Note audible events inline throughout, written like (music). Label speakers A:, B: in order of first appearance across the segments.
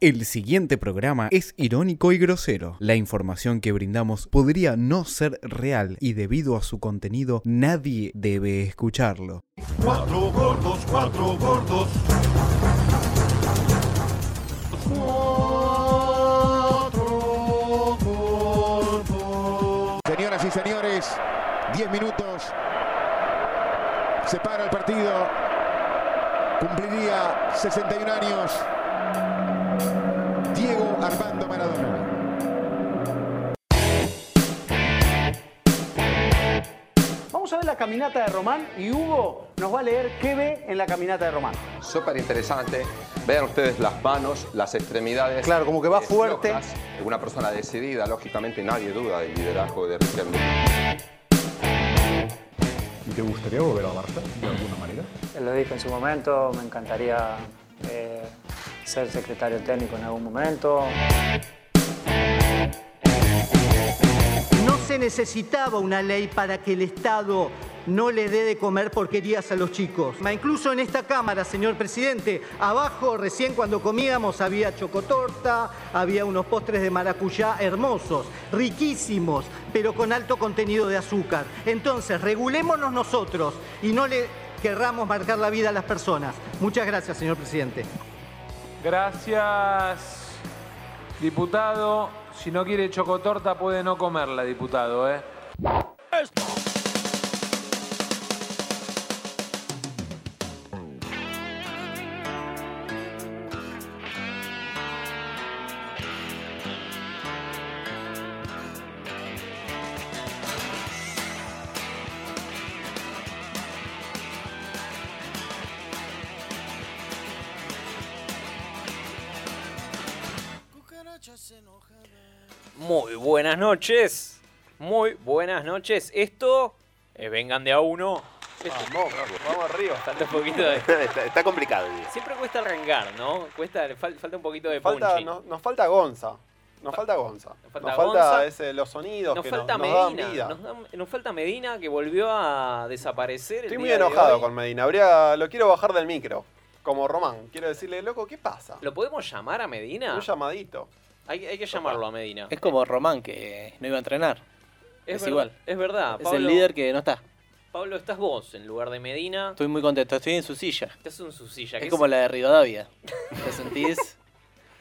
A: El siguiente programa es irónico y grosero. La información que brindamos podría no ser real y debido a su contenido nadie debe escucharlo.
B: Cuatro gordos, cuatro gordos. Cuatro gordos.
C: Señoras y señores, 10 minutos. Se para el partido. Cumpliría 61 años. Diego Armando Maradona.
D: Vamos a ver la caminata de Román y Hugo nos va a leer qué ve en la caminata de Román.
E: Súper interesante. Vean ustedes las manos, las extremidades.
D: Claro, como que va
E: eh,
D: fuerte.
E: flojas. Una persona decidida, lógicamente nadie duda del liderazgo de Riquelme.
F: ¿Te gustaría volver a Barça de alguna manera?
G: Lo dije en su momento, me encantaría eh, ser secretario técnico en algún momento.
H: No se necesitaba una ley para que el Estado no le dé de comer porquerías a los chicos. Ma, Incluso en esta Cámara, señor presidente, abajo recién cuando comíamos había chocotorta, había unos postres de maracuyá hermosos, riquísimos, pero con alto contenido de azúcar. Entonces, regulémonos nosotros y no le querramos marcar la vida a las personas. Muchas gracias, señor presidente.
I: Gracias, diputado. Si no quiere chocotorta, puede no comerla, diputado, ¿eh?
J: Muy buenas noches. Muy buenas noches. Esto es Vengan de a uno.
E: Vamos arriba.
J: Falta un poquito de.
K: Está, está complicado. el día.
J: Siempre cuesta arrancar, ¿no? Cuesta, fal- falta un poquito de
L: Falta,
J: punchy.
L: no- nos falta Gonza. Nos falta Gonza. Nos
J: falta
L: falta,
J: Gonza.
L: ese- los sonidos
J: Nos
L: que
J: falta
L: nos, nos dan
J: Medina.
L: vida.
J: Nos, dan- nos falta Medina que volvió a desaparecer. el
L: Estoy
J: día
L: muy
J: de
L: enojado
J: hoy.
L: con Medina. Habría, lo quiero bajar del micro. Como Román. Quiero decirle, loco, ¿qué pasa?
J: ¿Lo podemos llamar a Medina?
L: Un llamadito.
J: Hay, hay que llamarlo a Medina.
K: Es como Román que no iba a entrenar. es
J: ver-
K: igual.
J: Es verdad.
K: es el
J: Pablo-
K: líder que no está.
J: Pablo, estás vos en lugar de Medina.
K: Estoy muy contento. Estoy en su silla.
J: Estás en su silla. que
K: Es como la de
J: (laughs)
K: Rivadavia. ¿Te sentís?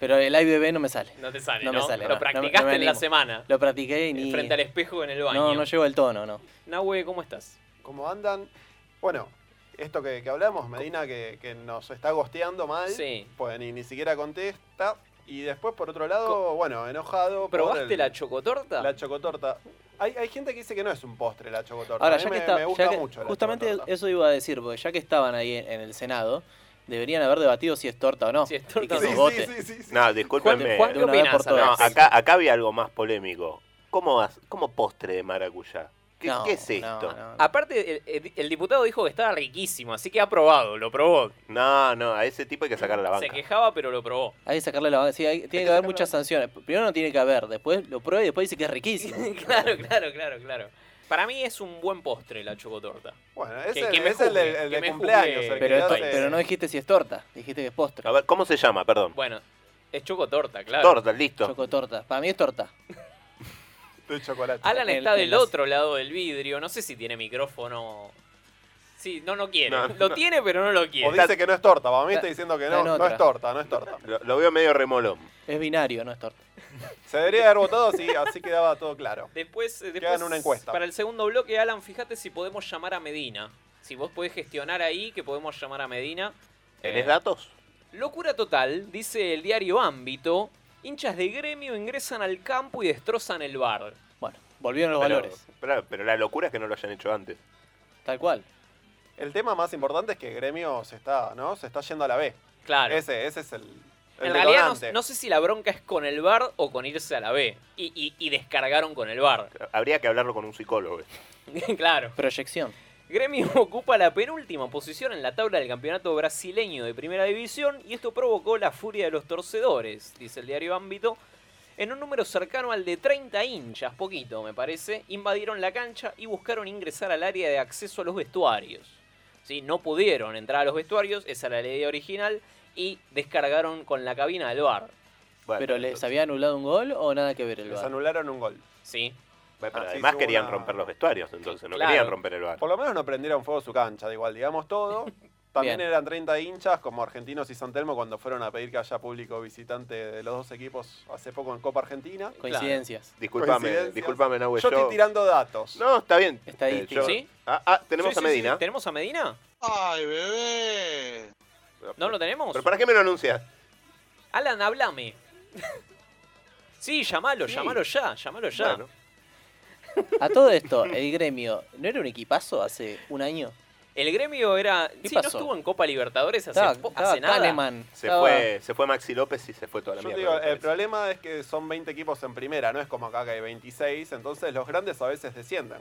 K: Pero el IBB no me sale.
J: No te sale,
K: No
J: ¿no?
K: me sale,
J: Lo
K: no, no me- no me
J: practicaste en la
K: animo.
J: semana.
K: Lo practiqué y ni.
J: Frente al espejo en el baño.
K: no, no llevo el tono, no.
J: Nahue, ¿cómo estás?
L: ¿Cómo andan? Bueno, esto que, que hablamos, Medina que, que nos está gosteando mal.
J: Sí.
L: Pues ni, ni siquiera contesta. Y después, por otro lado, bueno, enojado. por
J: ¿Probaste
L: el-
J: la chocotorta?
L: La chocotorta. Hay, hay gente que dice que no es un postre la chocotorta.
K: Ahora,
L: A mí
K: ya que
L: me,
K: está.
L: me gusta
K: ya que-
L: mucho la
K: justamente
L: chocotorta.
K: eso iba a decir, porque ya que estaban ahí en, en el Senado, deberían haber debatido si es torta o no.
J: Si es torta
K: y que
J: o
K: se
J: no.
K: vote.
L: Sí, sí, sí, sí, sí.
K: No,
J: Juan, Juan, ¿qué
K: De una vez
J: opinás?
K: por todas.
J: Andrés?
K: No,
M: Acá, acá había algo más polémico. ¿Cómo, as- cómo postre de maracuyá? ¿Qué,
K: No,
M: qué es
K: no,
M: esto?
K: no, no.
J: Aparte, el, el- el diputado dijo que estaba riquísimo, así que ha probado, lo probó.
M: No, no, a ese tipo hay que sacar la banca.
J: Se quejaba, pero lo probó.
K: Hay que sacarle la banda. Sí, hay- tiene que haber muchas sanciones. Primero no tiene que haber, después lo prueba y después dice que es
J: (laughs)
K: riquísimo.
J: claro, claro, claro, claro. Para mí es un buen postre la chocotorta.
L: Bueno, es
J: Que-
L: el,
J: que me
L: es el de-
J: juzgue,
L: el
J: que me
L: de cumpleaños.
J: juzgue.
L: el que
K: Pero,
L: le
K: esto-
L: hace-
K: pero no dijiste si es torta, dijiste que es postre.
M: A ver, ¿cómo se llama? Perdón.
J: Bueno, es chocotorta, claro.
M: Torta, listo.
K: Chocotorta. Para mí es torta.
L: de chocolate.
J: Alan
K: En-
J: está
K: en
J: del
K: las-
J: otro lado del vidrio, no sé si tiene micrófono. Sí, no, no quiere.
M: No,
J: lo tiene, pero no lo
L: O
J: quiere.
L: dice que no es torta, para mí está
K: Está-
L: diciendo que
K: está
L: no,
K: en
L: no
K: otra.
L: es torta, no es torta.
M: Lo, lo veo medio remolón.
K: Es binario, no es torta.
L: Se debería haber votado así, así quedaba todo claro.
J: Después, eh,
L: Que
J: después,
L: hagan una encuesta.
J: para el segundo bloque, Alan, fíjate si podemos llamar a Medina. Si vos podés gestionar ahí, que podemos llamar a Medina.
M: ¿Tenés
J: Eh,
M: datos?
J: Locura total, dice el diario Ámbito. Hinchas de gremio ingresan al campo y destrozan el bar.
K: Bueno, volvieron los
M: Pero-
K: valores.
M: Pero, pero la locura es que no lo hayan hecho antes.
K: Tal cual.
L: El tema más importante es que Gremio se está, ¿no? Se está yendo a la B.
J: Claro.
L: Ese, ese es el, el
J: en realidad,
L: detonante.
J: no, no sé si la bronca es con el bar o con irse a la B. Y, y- y descargaron con el bar.
M: (laughs) Habría que hablarlo con un psicólogo. esto.
J: claro.
K: Proyección.
J: Gremio (laughs) ocupa la penúltima posición en la tabla del campeonato brasileño de primera división y esto provocó la furia de los torcedores, dice el diario Ámbito. En un número cercano al de 30 hinchas, poquito me parece, invadieron la cancha y buscaron ingresar al área de acceso a los vestuarios. ¿Sí? No pudieron entrar a los vestuarios, esa era la idea original, y descargaron con la cabina del bar.
K: ¿Pero les había anulado un gol o nada que ver el
L: Les
K: VAR?
L: anularon un gol.
J: Sí.
M: Pero además querían romper los vestuarios, entonces no
L: Claro.
M: querían romper el bar.
L: Por lo menos no prendieron fuego su cancha, de igual, digamos todo. También
M: Bien.
L: eran 30 hinchas, como Argentinos y San Telmo, cuando fueron a pedir que haya público visitante de los dos equipos hace poco en Copa Argentina.
K: Coincidencias.
M: Disculpame,
L: Coincidencias.
M: disculpame, Nahue.
L: Yo estoy tirando datos.
M: No, está bien.
J: Estadística.
M: Eh, yo-
J: ¿Sí?
M: Ah, ah, tenemos
J: Sí,
M: a
J: sí, sí.
M: Medina.
J: ¿Tenemos a Medina?
M: ¡Ay, bebé!
J: ¿No lo tenemos?
M: ¿Pero para qué me lo anuncias?
J: Alan, hablame. sí, llamalo, llamalo ya, llamalo ya.
K: Bueno. A todo esto, el gremio, ¿no era un equipazo hace un año?
J: El gremio era. Sí,
K: pasó?
J: no estuvo en Copa Libertadores hace,
K: Estaba-
J: po-
K: estaba
J: hace nada.
M: Se, fue, se fue Maxi López y se fue toda la
L: Yo te
M: mierda.
L: digo,
M: me
L: el
M: parece.
L: problema es que son 20 equipos en primera, no es como acá que hay 26, entonces los grandes a veces descienden.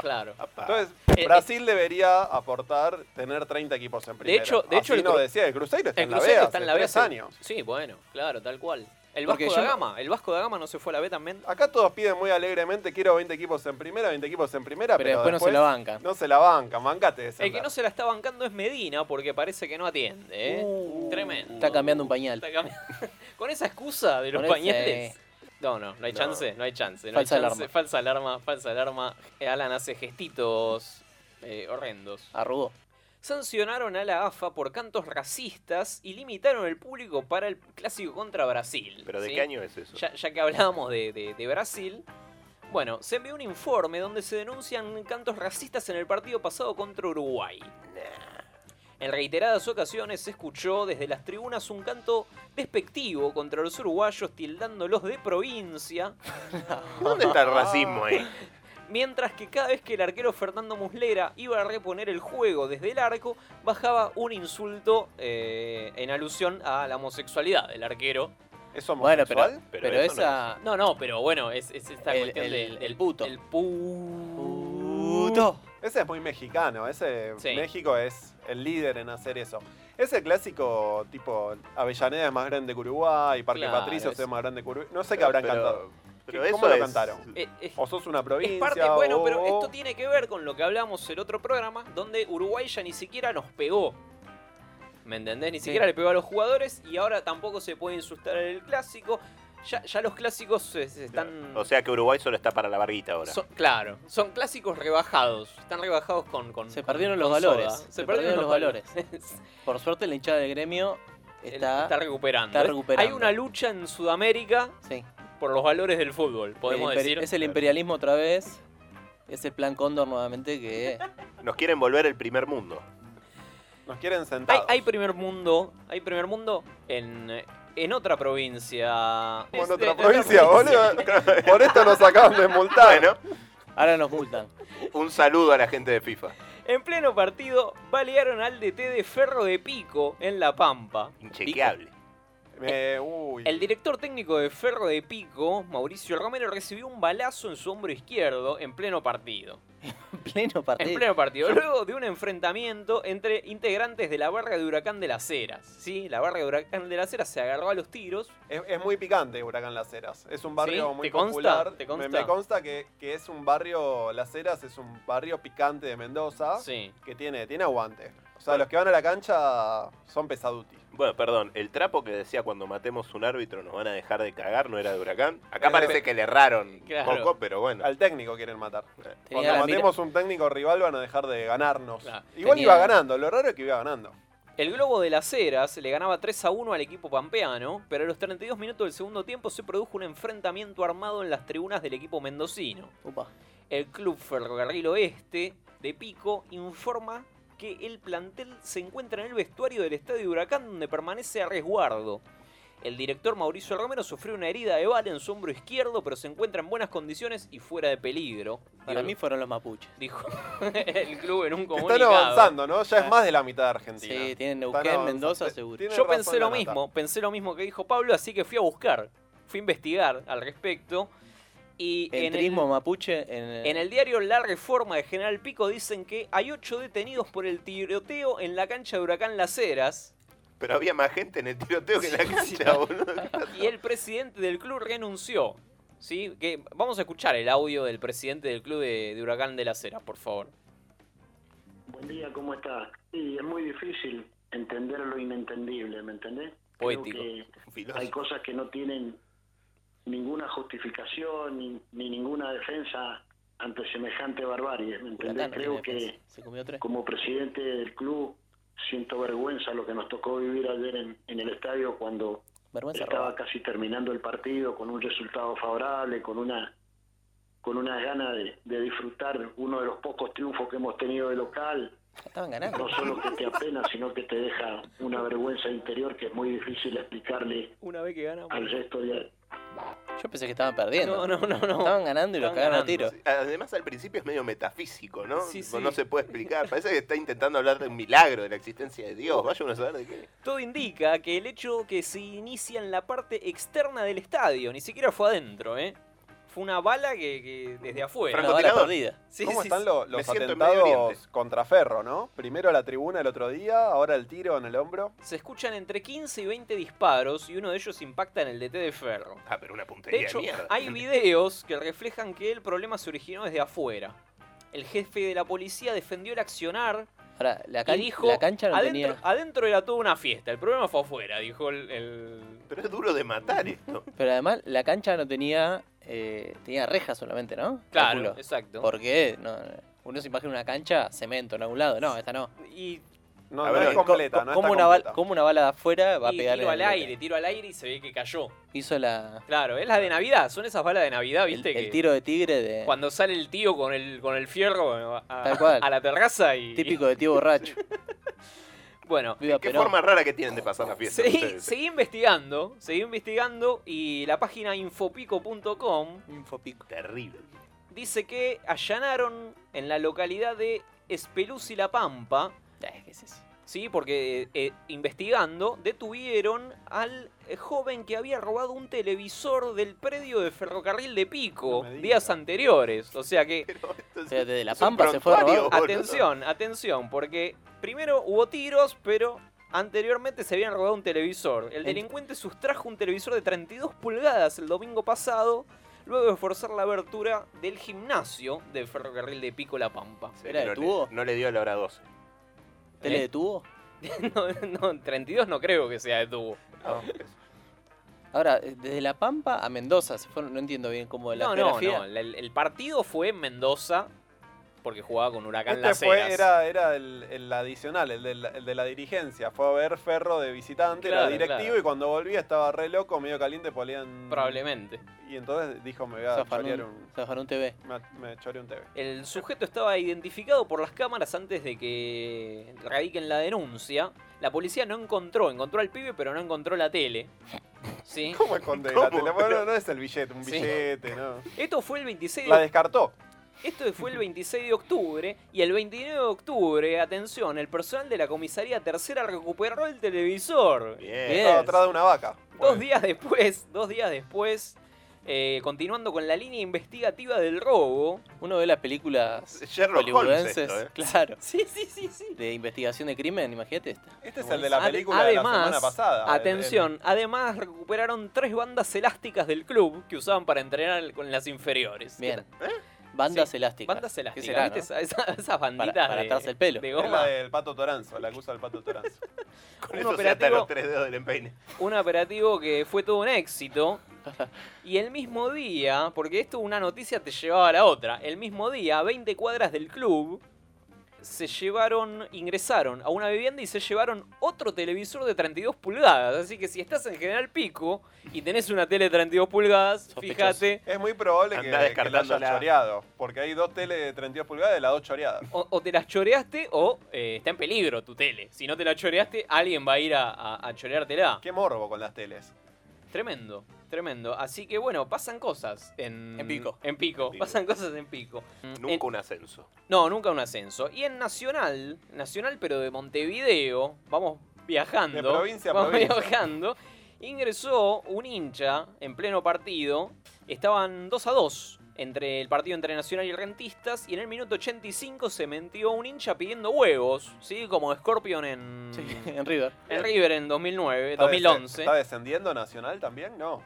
J: Claro.
L: Entonces,
J: Eh,
L: Brasil debería aportar tener 30 equipos en primera.
J: De hecho, de hecho
L: Así no
J: Cru-
L: decía, el Cruzeiro está
J: el
L: en la
J: Cruzeiro
L: B
J: está en
L: hace
J: la B
L: tres
J: hace-
L: años.
J: Sí, bueno, claro, tal cual. El Vasco
L: Porque
J: de
L: yo no-
J: Gama, el Vasco de Gama no se fue a la B también.
L: Acá todos piden muy alegremente, quiero 20 equipos en primera, 20 equipos en primera,
J: Pero
L: pero,
J: después no se la bancan.
L: No se la bancan, bancate esa.
J: El que no se la está bancando es Medina porque parece que no atiende, ¿eh?
M: Uh.
J: Tremendo.
K: Está cambiando un pañal.
J: Está cambi- (laughs) Con esa excusa de los
K: Con ese-
J: pañales. No, no, no hay chance, no hay chance. no hay
K: Falsa
J: chance.
K: alarma.
J: Falsa alarma, falsa alarma. Eh, Alan hace gestitos eh, horrendos.
K: Arrugó.
J: Sancionaron a la AFA por cantos racistas y limitaron el público para el clásico contra Brasil.
M: ¿Pero de
J: ¿sí?
M: qué año es eso?
J: Ya, ya que hablábamos de, de- de Brasil. Bueno, se envió un informe donde se denuncian cantos racistas en el partido pasado contra Uruguay. En reiteradas ocasiones se escuchó desde las tribunas un canto despectivo contra los uruguayos tildándolos de provincia.
M: ¿Dónde está el racismo ahí?
J: Mientras que cada vez que el arquero Fernando Muslera iba a reponer el juego desde el arco, bajaba un insulto eh, en alusión a la homosexualidad del arquero.
L: ¿Es
K: Bueno, pero- homosexual? pero pero eso esa-
J: No, no, pero bueno, es, es esta cuestión del, del puto. El puto.
L: Ese es muy mexicano, ese
J: Sí.
L: México es el líder en hacer eso. Ese clásico tipo Avellaneda es más grande que Uruguay, Parque
J: Claro,
L: Patricios
J: es-
L: es más grande que Uruguay. No sé qué habrán
M: Pero-
L: cantado.
M: pero
L: ¿Qué-
M: eso
L: ¿Cómo lo
M: es-
L: cantaron?
J: Eh, eh,
L: O sos una provincia.
J: Es parte, bueno,
L: o-
J: pero esto tiene que ver con lo que hablamos el otro programa, donde Uruguay ya ni siquiera nos pegó. ¿Me entendés? Ni siquiera le pegó a los jugadores y ahora tampoco se puede insultar en el clásico. Ya, ya los clásicos se, se están.
M: O sea que Uruguay solo está para la barrita ahora.
J: son- claro, son clásicos rebajados. Están rebajados con.
K: Se perdieron los valores. Se, perdieron, los valores.
J: (laughs)
K: Por suerte la hinchada del gremio está,
J: Está recuperando. ¿eh?
K: está recuperando.
J: Hay una lucha en Sudamérica por los valores del fútbol, podemos
K: El imperi-
J: decir.
K: Es el imperialismo otra vez. Es el plan Cóndor nuevamente que...
M: Nos quieren volver el primer mundo.
L: Nos quieren sentar.
J: Hay, hay primer mundo, hay primer mundo en, en otra provincia.
L: Como en
J: Este,
L: otra
J: de otra
L: provincia,
J: provincia.
L: boludo. Por esto nos acaban de multar.
K: Ahora nos multan.
M: Un saludo a la gente de FIFA.
J: En pleno partido, balearon al DT de Ferro de Pico en La Pampa.
M: Inchequeable.
L: Me- Eh, uy.
J: El director técnico de Ferro de Pico, Mauricio Romero, recibió un balazo en su hombro izquierdo en pleno partido.
K: Pleno partido.
J: En pleno partido, luego de un enfrentamiento entre integrantes de la barra de Huracán de las Heras. ¿sí? La barra de Huracán de las Heras se agarró a los tiros.
L: Es, es muy picante Huracán Las Heras. Es un barrio
J: ¿Sí?
L: muy
J: ¿Te consta?
L: popular.
J: ¿Te consta?
L: Me, me consta que, que es un barrio, Las Heras es un barrio picante de Mendoza que tiene, tiene aguante. O sea, los que van a la cancha son pesaduti.
M: Bueno, perdón, el trapo que decía cuando matemos un árbitro nos van a dejar de cagar no era de huracán. Acá
L: Eh,
M: parece que le erraron
L: claro.
M: un poco, pero bueno.
L: Al técnico quieren matar. Cuando
M: la
L: matemos un técnico rival van a dejar de ganarnos.
J: Claro.
L: Igual
J: Tenía-
L: iba ganando, lo raro es que iba ganando.
J: El Globo de las Heras le ganaba 3 a 1 al equipo pampeano, pero a los 32 minutos del segundo tiempo se produjo un enfrentamiento armado en las tribunas del equipo mendocino. El club Ferrocarril Oeste de Pico informa que el plantel se encuentra en el vestuario del Estadio Huracán donde permanece a resguardo. El director Mauricio Romero sufrió una herida de bala en su hombro izquierdo, pero se encuentra en buenas condiciones y fuera de peligro.
K: Para mí fueron los mapuches.
J: Dijo (laughs) el club en un comunicado. Ah.
L: Están avanzando, ¿no? Ya es más de la mitad de Argentina.
K: Sí, tienen
L: Están
K: Neuquén,
L: avanzando.
K: Mendoza, seguro.
L: Tiene
J: Yo
L: razón
J: pensé lo
L: la nota.
J: mismo, pensé lo mismo que dijo Pablo, así que fui a buscar, fui a investigar al respecto. Y en el,
K: Entrismo mapuche en el...
J: en el diario La Reforma de General Pico dicen que hay ocho detenidos por el tiroteo en la cancha de Huracán Las Heras.
M: Pero había más gente en el tiroteo que en la
J: (laughs)
M: cancha, boludo.
J: Y el presidente del club renunció. ¿sí? Que, vamos a escuchar el audio del presidente del club de, de Huracán de Las Heras, por favor.
N: Buen día, ¿cómo estás? Sí, es muy difícil entender lo inentendible, ¿me entendés? Creo
J: Poético.
N: que hay cosas que no tienen ninguna justificación ni, ni ninguna defensa ante semejante barbarie. ¿me entendés?
K: Huracán no tiene
N: Creo que
K: defensa. Se comió tres.
N: como presidente del club siento vergüenza lo que nos tocó vivir ayer en, en el estadio cuando
K: Vergüenza
N: estaba
K: robada.
N: casi terminando el partido con un resultado favorable, con una con unas ganas de, de disfrutar uno de los pocos triunfos que hemos tenido de local.
K: Estaban ganando.
N: No solo que te apena, sino que te deja una vergüenza interior que es muy difícil explicarle
J: Una vez que ganamos.
N: al resto de,
K: Yo pensé que estaban perdiendo.
J: No, no, no, no.
K: Estaban ganando y los
M: Estaban
K: cagaron a tiro.
M: Sí, Además, al principio es medio metafísico, ¿no?
K: Sí,
M: Tipo,
K: sí.
M: No se puede explicar. Parece que está intentando hablar de un milagro, de la existencia de Dios. Vaya uno a saber de qué.
J: Todo indica que el hecho que se inicia en la parte externa del estadio, ni siquiera fue adentro, ¿eh? Fue una bala que, que desde afuera. Sí,
L: ¿Cómo
J: sí,
L: están
J: sí.
L: lo- los atentados contra Ferro, no? Primero la tribuna el otro día, ahora el tiro en el hombro.
J: Se escuchan entre 15 y 20 disparos y uno de ellos impacta en el DT de Ferro.
M: Ah, pero una puntería
J: De hecho,
M: de mierda.
J: hay videos que reflejan que el problema se originó desde afuera. El jefe de la policía defendió el accionar
K: Ahora, la, can-
J: y dijo,
K: la cancha no
J: adentro,
K: tenía.
J: adentro era toda una fiesta, el problema fue afuera, dijo el...
M: Pero es duro de matar esto.
K: Pero además, la cancha no tenía. eh, tenía rejas solamente, ¿no?
J: Claro,
K: Calculo.
J: exacto.
K: Porque no, uno se imagina una cancha, cemento en algún lado. No, esta no.
J: Y
L: No,
K: A
L: no
K: ver,
L: es
K: co-
L: completa,
K: co-
L: Ah, no
K: ¿cómo,
L: está
K: una bala-
L: completa.
K: cómo una bala de afuera va a
J: y
K: pegar
J: tiro
K: en
J: al
K: el-
J: aire, tiro al aire y se ve que cayó.
K: Hizo la,
J: Claro, es la de Navidad, son esas balas de Navidad, ¿viste?
K: el
J: Que
K: tiro de tigre de.
J: Cuando sale el tío con el, con el fierro a, a-
K: Tal cual.
J: a la terraza y...
K: Típico de tío borracho.
J: (laughs) Bueno,
K: Viva
M: Qué
K: Perón.
M: forma rara que tienen de pasar la fiesta.
J: Seguí,
M: ustedes.
J: seguí investigando, seguí investigando y la página infopico.com
K: Infopico.
M: Terrible.
J: dice que allanaron en la localidad de Espeluzzi La Pampa. Sí, porque eh, investigando detuvieron al eh, joven que había robado un televisor del predio de Ferrocarril de Pico días anteriores. O sea que...
K: sea, desde La es un Pampa se fue a prontuario, robar. boludo.
J: Atención, atención, porque primero hubo tiros, pero anteriormente se habían robado un televisor. El
K: Ent-
J: delincuente sustrajo un televisor de 32 pulgadas el domingo pasado, luego de forzar la abertura del gimnasio del ferrocarril de Pico La Pampa. Eh,
M: Sí, no le- No le dio la hora 12.
K: ¿Tele de tubo?
J: (laughs) no, no, 32 no creo que sea de tubo.
K: Ahora, eh, desde La Pampa a Mendoza se fueron, no entiendo bien cómo la
J: No, no,
K: geografía.
J: no. la- El, el partido fue en Mendoza porque jugaba con Huracán
L: Este
J: Las
L: fue,
J: Heras.
L: era, era el, el adicional, el de, la, el de la dirigencia. Fue a ver Ferro de visitante,
J: Claro,
L: era directivo,
J: claro.
L: y cuando volvía estaba re loco, medio caliente, polían...
J: Probablemente.
L: Y entonces dijo, me voy a
K: Zafaron-
L: chorear un...
K: Zafaron TV.
L: Me, me choré un TV.
J: El sujeto estaba identificado por las cámaras antes de que radiquen la denuncia. La policía no encontró, encontró al pibe, pero no encontró la tele.
L: (laughs)
J: ¿Sí?
L: ¿Cómo esconde la tele? Bueno, no es el billete, un
J: Sí.
L: billete, ¿no?
J: Esto fue el 26
L: La
J: de
L: descartó.
J: Esto fue el 26 de octubre y el 29 de octubre, atención, el personal de la comisaría tercera recuperó el televisor.
L: Estaba atrás de una vaca.
J: Dos días después, dos días después, eh, continuando con la línea investigativa del robo.
K: Uno ve las
M: (laughs)
K: películas
J: Sherlock Holmes
K: hollywoodenses,
J: esto, ¿eh?
K: claro,
J: Sí, sí, sí, sí.
K: de investigación de crimen, imagínate esta.
L: Este es el de la
J: Ade-
L: película de la semana pasada. el-
J: Atención, además recuperaron tres bandas elásticas del club que usaban para entrenar con las inferiores.
K: Bien.
L: ¿Eh?
K: Bandas elásticas.
J: Bandas
K: ¿Qué
J: elásticas,
K: será,
J: ¿viste?
K: no?
J: Esa- esa- esas banditas
K: Para- para
J: de-
K: atarse el pelo.
J: de
L: el-
J: goma.
L: es la del pato Toranzo, la que usa el pato Toranzo.
M: Con
J: Un
M: eso se atan
J: operativo-
M: los tres dedos del empeine.
J: un operativo que fue todo un éxito.
M: (laughs)
J: Y el mismo día, porque esto una noticia te llevaba a la otra, el mismo día, a 20 cuadras del club, se llevaron, ingresaron a una vivienda y se llevaron otro televisor de 32 pulgadas. Así que si estás en General Pico y tenés una tele de 32 pulgadas, fíjate,
L: Es muy probable que,
J: Andá
L: que la hayas
J: descartándola.
L: choreado. Porque hay dos teles de 32 pulgadas y las dos choreadas.
J: o, o te las choreaste o eh, está en peligro tu tele. Si no te la choreaste, alguien va a ir a, a, a choreártela.
L: Qué morbo con las teles.
J: Tremendo, tremendo. Así que bueno, pasan cosas en,
M: En Pico.
J: En pico,
M: Pico.
J: pasan cosas en pico.
M: Nunca un ascenso.
J: No, nunca un ascenso. Y en Nacional, Nacional pero de Montevideo, vamos viajando.
L: De provincia a
J: vamos
L: provincia.
J: viajando. Ingresó un hincha en pleno partido. Estaban 2 a 2 entre el partido entre Nacional y Rentistas. Y en el minuto 85 se metió un hincha pidiendo huevos, ¿sí? Como Scorpion en,
K: en River.
J: En River en 2009,
L: ¿Está
J: 2011.
L: des- ¿Está descendiendo Nacional también? No.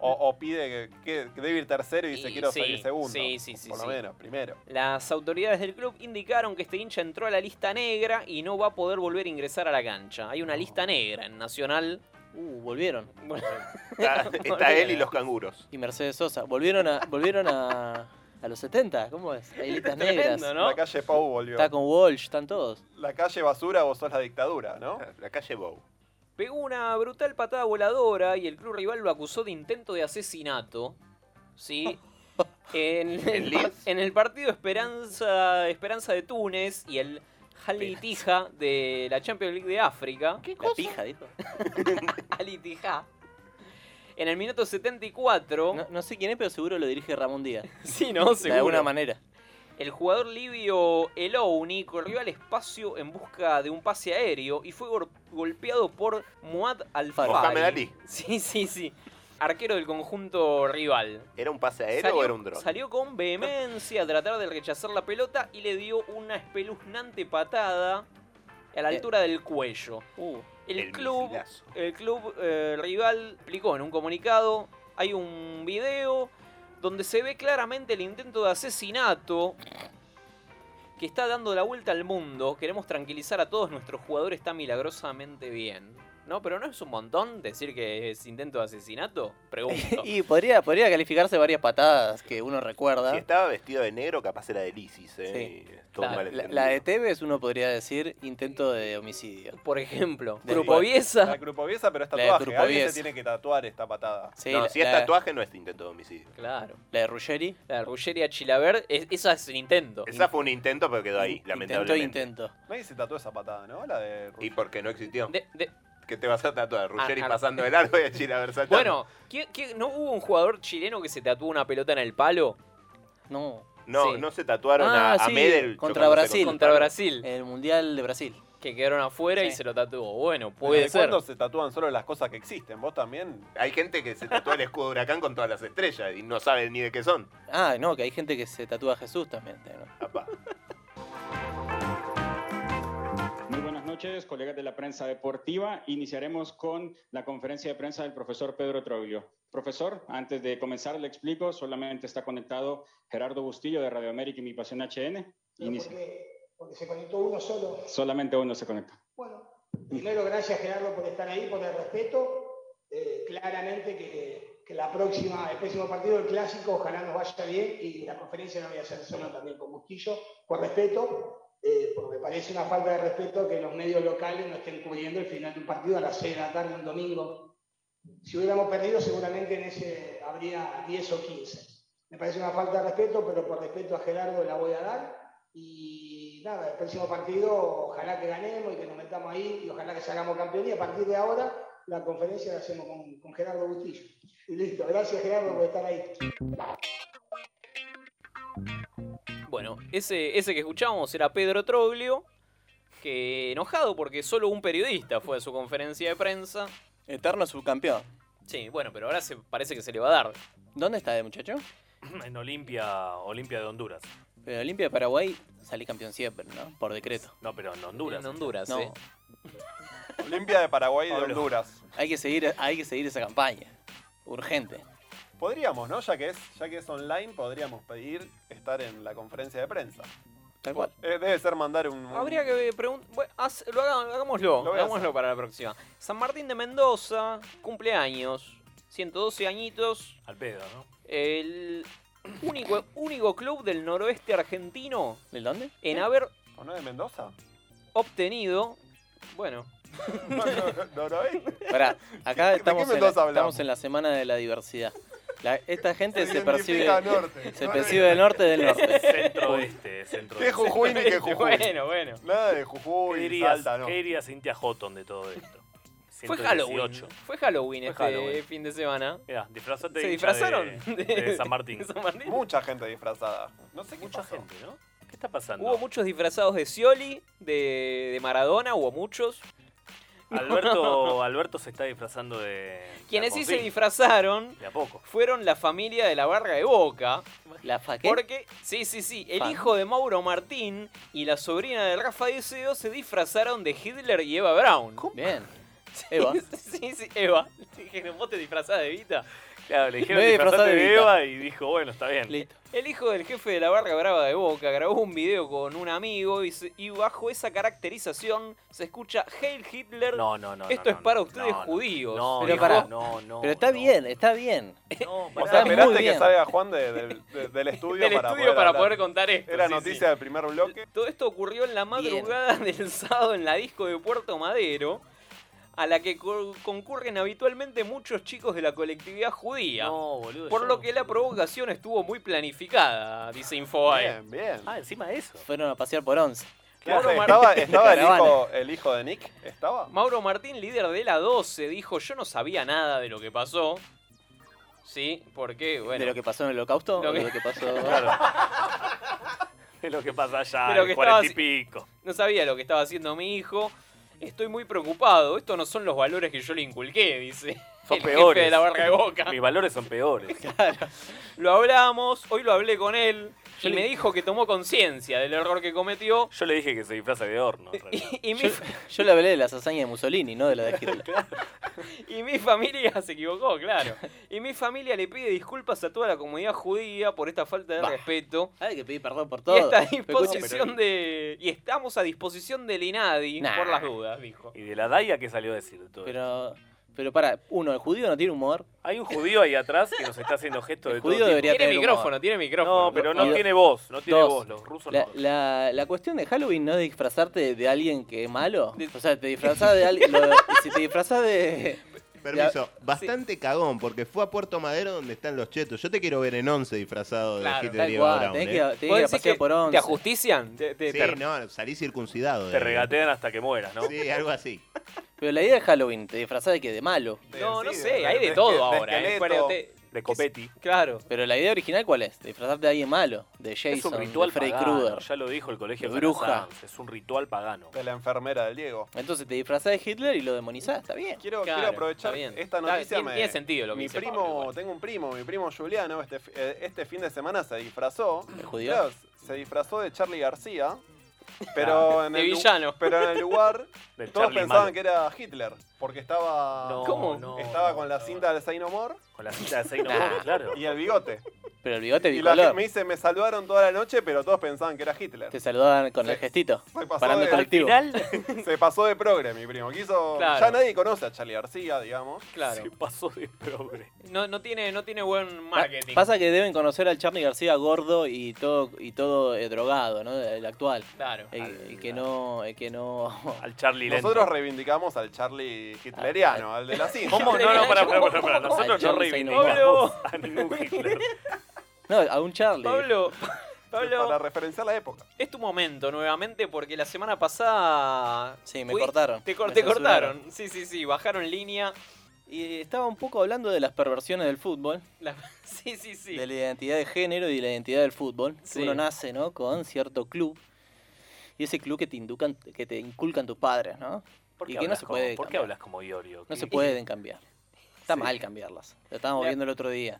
L: O, o pide que, que- que debe ir tercero y dice
J: Y
L: quiero
J: sí,
L: salir segundo.
J: sí, sí, sí,
L: Por lo
J: sí.
L: menos, primero.
J: Las autoridades del club indicaron que este hincha entró a la lista negra y no va a poder volver a ingresar a la cancha. Hay una lista negra en Nacional.
K: Uh,
J: (laughs)
K: volvieron.
M: Está, está él y los canguros.
K: Y Mercedes Sosa. Volvieron a, volvieron a, a los 70, ¿cómo es?
J: (laughs)
K: Hay listas negras.
L: La calle Pou volvió.
K: Está con Walsh, están todos.
L: La calle Basura, vos sos la dictadura, ¿no?
M: La calle Bow.
J: Pegó una brutal patada voladora y el club rival lo acusó de intento de asesinato.
K: (laughs)
J: ¿Sí? En el, par- en el partido Esperanza, Esperanza de Túnez y el Al Tija de la Champions League de África. ¿Qué cosa?
K: Pija,
J: (laughs)
K: dijo.
J: Tija. En el minuto 74.
K: No, no sé quién es, pero seguro lo dirige Ramón Díaz.
J: (laughs) Sí, ¿no?
K: De
J: Seguro.
K: alguna manera.
J: El jugador libio Elouni corrió al espacio en busca de un pase aéreo y fue gor- golpeado por Muad
M: Mohamed
J: Al-Fari.
M: Ali.
J: Sí, sí, sí. Arquero del conjunto rival.
M: ¿Era un pase aéreo
J: Salió-
M: o era un dron?
J: Salió con vehemencia a tratar de rechazar la pelota y le dio una espeluznante patada a la
K: Eh.
J: altura del cuello. el,
K: el
J: club,
K: misilazo.
J: el club eh, rival explicó en un comunicado, hay un video donde se ve claramente el intento de asesinato que está dando la vuelta al mundo. Queremos tranquilizar a todos, nuestro jugador está milagrosamente bien. No, pero no es un montón decir que es intento de asesinato? Pregunto.
K: Y podría, podría calificarse varias patadas que uno recuerda.
M: Si estaba vestido de negro, capaz era del ISIS, ¿eh?
K: Sí.
M: Y es todo un
K: La, la-
M: malentendido.
K: la de Tevez uno podría decir intento de homicidio.
J: Por ejemplo,
K: Del-
L: La Grupoviesa, pero es
K: La de
L: tatuaje. Alguien
K: Grupoviesa.
L: se tiene que tatuar esta patada.
K: Sí,
M: No,
K: la-
M: si es
K: la-
M: tatuaje, no es intento de homicidio.
J: Claro.
K: La de Ruggeri.
J: La de Ruggeri a Chilaver, es- esa es un intento.
M: Esa fue un intento, pero quedó ahí, lamentablemente.
K: intento.
L: Nadie se tatuó esa patada, ¿no? La de
M: Y porque no existió.
J: de-
M: ¿Qué te vas a tatuar? Ruggeri
J: Ah, ah.
M: pasando de largo y a Chile saltando.
J: Bueno, ¿qué- qué- no hubo un jugador chileno que se tatuó una pelota en el palo?
K: No. Ah,
M: No,
J: sí.
M: no se tatuaron a, a
K: sí,
M: Medel.
K: contra
M: chocándose
K: Brasil.
M: con-
J: Contra Brasil.
K: El Mundial de Brasil.
J: Que quedaron afuera y se lo tatuó. Bueno,
L: ¿Desde
J: puede ser.
L: cuándo se tatúan solo las cosas que existen? ¿Vos también?
M: Hay gente que se tatúa el escudo de huracán con todas las estrellas y no sabe ni de qué son.
K: Ah, no, que hay gente que se tatúa a Jesús también. ¿no?
O: Muy buenas noches, colegas de la prensa deportiva. Iniciaremos con la conferencia de prensa del profesor Pedro Troglio. Profesor, antes de comenzar le explico, solamente está conectado Gerardo Bustillo de Radio América y Mi Pasión HN. Inicia.
P: Porque, porque se conectó uno solo.
O: Solamente uno se conecta.
P: Bueno, primero gracias Gerardo por estar ahí, por el respeto. Eh, claramente que, que la próxima, el próximo partido, el clásico, ojalá nos vaya bien y la conferencia la voy a hacer solo también con Bustillo, con respeto, eh, porque me parece una falta de respeto que los medios locales no estén cubriendo el final de un partido a las 6 de la tarde un domingo. Si hubiéramos perdido seguramente en ese habría 10 o 15. Me parece una falta de respeto, pero por respeto a Gerardo la voy a dar. Y nada, el próximo partido ojalá que ganemos y que nos metamos ahí y ojalá que salgamos campeón. Y a partir de ahora la conferencia la hacemos con, con Gerardo Bustillo. Y listo, gracias Gerardo por estar ahí.
J: Bueno, ese, ese que escuchábamos era Pedro Troglio, que enojado porque solo un periodista fue a su conferencia de prensa.
K: Eterno subcampeón.
J: Sí, bueno, pero ahora se, parece que se le va a dar.
K: ¿Dónde está, eh, muchacho?
Q: (clears throat) En Olimpia, Olimpia de Honduras.
K: Pero Olimpia de Paraguay salí campeón siempre, ¿no? Por decreto.
Q: No, pero en Honduras.
K: En Honduras,
Q: eh.
L: Olimpia de Paraguay y de
K: Pablo.
L: Honduras.
K: Hay que seguir, hay que seguir esa campaña. Urgente.
L: Podríamos, ¿no? Ya que es, ya que es online, podríamos pedir estar en la conferencia de prensa.
K: Tal cual.
L: Eh, debe ser mandar un. un-
J: Habría que eh, preguntar. lo haga- hagámoslo,
L: Lo voy a
J: hagámoslo
L: hacer.
J: para la próxima. San Martín de Mendoza, cumpleaños, 112 añitos.
Q: Al pedo, ¿no?
J: El único, único club del noroeste argentino
K: ¿De dónde?
J: en haber
L: ¿O no de Mendoza? (laughs)
J: obtenido. Bueno,
L: No, no, no, no, eh.
K: Pará, acá estamos, en la,
L: Mendoza hablamos?
K: estamos en la semana de la diversidad. La- esta
J: Este
K: gente se, percibe,
L: identifica norte. Este
K: se percibe del norte del norte.
Q: Centro-oeste, centro-oeste.
L: ¿Qué Jujuy ni
J: (laughs)
L: qué Jujuy?
J: Bueno, bueno.
L: Nada de Jujuy,
Q: ¿Qué
L: ni
Q: dirías,
L: Salta, no.
Q: qué diría Cintia Houghton de todo esto?
J: fue
Q: 118.
J: Halloween. Fue Halloween
Q: Fue
J: este
Q: Halloween.
J: fin de semana.
Q: Mirá, disfrazate
J: Se
Q: de hincha
J: disfrazaron
Q: de,
J: de-
Q: de San
J: (laughs)
Q: Martín.
L: Mucha gente disfrazada. No sé qué
Q: Mucha
L: pasó.
Q: gente, ¿no? ¿Qué está pasando?
J: Hubo muchos disfrazados de Scioli, de, de Maradona, hubo muchos.
Q: Alberto, Alberto se está disfrazando de.
J: Quienes sí se
Q: Alfonsín.
J: disfrazaron
Q: De a poco.
J: fueron la familia de la barra de Boca.
K: ¿La
J: Porque, sí, sí, sí, el
K: Fan.
J: hijo de Mauro Martín y la sobrina de Rafa Deseo se disfrazaron de Hitler y Eva Brown.
K: Bien.
J: Sí,
K: Eva.
J: (laughs) Sí, sí, Eva. Dije, ¿vos te disfrazás de Evita?
Q: Claro, le dijeron
K: Me voy a disfrazar
Q: disfrazate
K: de
Q: de
K: Vita".
Q: Eva y dijo, bueno, está bien.
J: El hijo del jefe de la barra brava de Boca grabó un video con un amigo y, se- y bajo esa caracterización se escucha Hail Hitler.
Q: No, no, no.
J: Esto
Q: no,
J: es
Q: no,
J: para
Q: no,
J: ustedes
Q: no,
J: judíos.
Q: No,
J: Pero
Q: no,
J: pará.
Q: no, no.
K: Pero está bien, está bien.
L: O
K: Está
L: sea,
K: muy
L: esperaste que
K: bien.
L: salga Juan de- del- de- del
J: (laughs)
L: estudio
J: Del
L: para,
J: estudio
L: poder,
J: para
L: hablar.
J: poder contar esto,
L: Era
J: sí,
L: noticia del primer bloque.
J: Todo esto ocurrió en la madrugada (laughs) del sábado en la disco de Puerto Madero, a la que co- concurren habitualmente muchos chicos de la colectividad judía. por
Q: (laughs)
J: lo que la provocación estuvo muy planificada, dice Infobae.
L: Bien, bien.
Q: Ah, encima de eso.
K: Fueron a pasear por 11.
J: Mauro Mar-
K: (laughs)
L: ¿Estaba, estaba el, hijo, el hijo de Nick? ¿Estaba?
J: (laughs) Mauro Martín, líder de la 12, dijo, yo no sabía nada de lo que pasó. Sí, porque, bueno...
K: ¿De lo que pasó en el holocausto?
J: Lo
K: ¿O de
J: que-
K: lo que pasó...?
J: (laughs)
Q: De lo que pasa allá,
J: De lo
Q: en
J: que
Q: cuarenta y
J: estabas-
Q: pico.
J: No sabía lo que estaba haciendo mi hijo. Estoy muy preocupado. Estos no son los valores que yo le inculqué, dice.
Q: Son
J: el
Q: peores.
J: Jefe de la barra de boca.
K: (laughs)
Q: Mis valores son peores.
J: Lo hablamos, hoy lo hablé con él.
Q: Yo
J: y
Q: le-
J: me dijo que tomó conciencia del error que cometió.
Q: Yo le dije que se disfraza de horno.
K: (laughs)
Q: en realidad.
J: Y mi,
K: Yo, yo le hablé de las hazañas de Mussolini, no de la de
J: (laughs)
K: Hitler.
J: y mi familia se equivocó, claro. Y mi familia le pide disculpas a toda la comunidad judía por esta falta de
K: Bah,
J: respeto.
K: Hay que pedir perdón por
J: Y
K: todo.
J: esta
K: Pero
J: disposición
K: escucha,
J: de. Y estamos a disposición del INADI
K: Nah.
J: por las dudas, dijo.
Q: ¿Y de la DAIA qué salió a decir de todo esto?
K: Pero, pero para, uno, el judío no tiene humor.
Q: Hay un judío ahí atrás que nos está haciendo gestos de todo
K: judío
Q: tipo.
K: debería Tiene tener micrófono, humor.
J: tiene micrófono.
Q: No, pero no
K: Y do-
Q: tiene voz, no tiene
K: dos,
Q: voz, los rusos
K: la,
Q: no.
K: la, la cuestión de Halloween no es disfrazarte de, de alguien que es malo. O sea, te disfrazás de alguien. lo- Si te disfrazás de.
R: Permiso, bastante cagón, porque fue a Puerto Madero donde están los chetos. Yo te quiero ver en once disfrazado
J: Claro,
R: de Hitler
K: tal
R: y
K: cual,
R: Eva Braun.
K: tenés
R: ¿eh?
K: que- tenés que ir a
J: decir
K: pasear
J: que
K: por
J: te
K: 11.
J: ajustician? Te- te-
R: Sí,
J: te-
R: no, salí circuncidado.
Q: Te
R: de-
Q: regatean hasta que mueras, ¿no?
R: Sí, algo así.
K: Pero la idea de Halloween, te disfrazás de que de malo.
J: No, no sé, hay de todo ahora. ¿eh? Bueno, te-
Q: De Copetti.
J: Claro.
K: Pero la idea original, ¿cuál es? De disfrazarte de alguien malo. De Jason,
Q: Es un ritual
K: de Freddy
Q: pagano,
K: Krueger.
Q: ya lo dijo el colegio
K: de
Q: de
K: bruja.
Q: Sanz, Es un ritual pagano.
L: De la enfermera del Diego.
K: Entonces te disfrazás de Hitler y lo demonizás, está bien.
L: Quiero, quiero aprovechar esta noticia. me- mi primo,
K: Pablo, igual.
L: tengo un primo, mi primo Juliano, este, fi- eh, este fin de semana se disfrazó. ¿El
K: judío?
L: se disfrazó de Charlie García, pero
J: Claro.
K: Ah,
L: en
J: De
L: el lu-
J: villano.
L: Pero en
K: (laughs)
L: el lugar
Q: De
L: todos
Q: Charlie
L: pensaban
Q: malo.
L: que era Hitler, porque estaba
J: ¿Cómo?
L: estaba con la cinta del Saint No More
Q: Con la cinta de seis no
L: Nah.
Q: more, claro.
L: y el bigote.
K: Pero el bigote
L: Y la gente
K: bicolor.
L: me dice, me saludaron toda la noche, pero todos pensaban que era Hitler.
K: Te saludaban con el gestito.
L: Se pasó
K: Parando
L: de-
K: el colectivo.
Q: (laughs)
L: se pasó de progre, mi primo. Quiso,
J: Claro.
L: Ya nadie conoce a Charlie García, digamos.
J: Claro. Se
Q: pasó de progre.
J: No, no, tiene, no tiene buen
K: Pa-
J: marketing.
K: Pasa que deben conocer al Charlie García gordo y todo y todo eh, drogado, ¿no? El actual.
J: Claro.
K: El, el que no, el que (laughs) no.
Q: Al Charlie
L: Nosotros reivindicamos al Charlie hitleriano, al de la cinta.
Q: ¿Cómo? No, no, pará, pará, pará, pará.
K: Al
Q: Nosotros no
K: Charlie
Q: reivindicamos a ningún Hitler.
K: No, a un Charlie.
J: Pablo, Pablo,
L: Para referenciar la época.
J: es tu momento nuevamente porque la semana pasada.
K: Sí, me
J: Fui-
K: cortaron.
J: Te, cor-
K: Me
J: te
K: censuraron.
J: cortaron. Sí, sí, sí, bajaron línea.
K: Y estaba un poco hablando de las perversiones del fútbol,
J: La- (laughs) Sí, sí, sí.
K: de la identidad de género y de la identidad del fútbol. Que
J: Sí.
K: Uno nace, ¿no? Con cierto club. Y ese club que te inducan, que te inculcan tus padres, ¿no?
Q: ¿Por qué,
K: y que no
Q: hablas
K: se
Q: como-
K: puede.
Q: ¿Por qué
K: cambiar.
Q: hablas como Iorio?
K: No
Q: ¿Qué-
K: se pueden cambiar. Está mal cambiarlas. Lo estábamos viendo el otro día.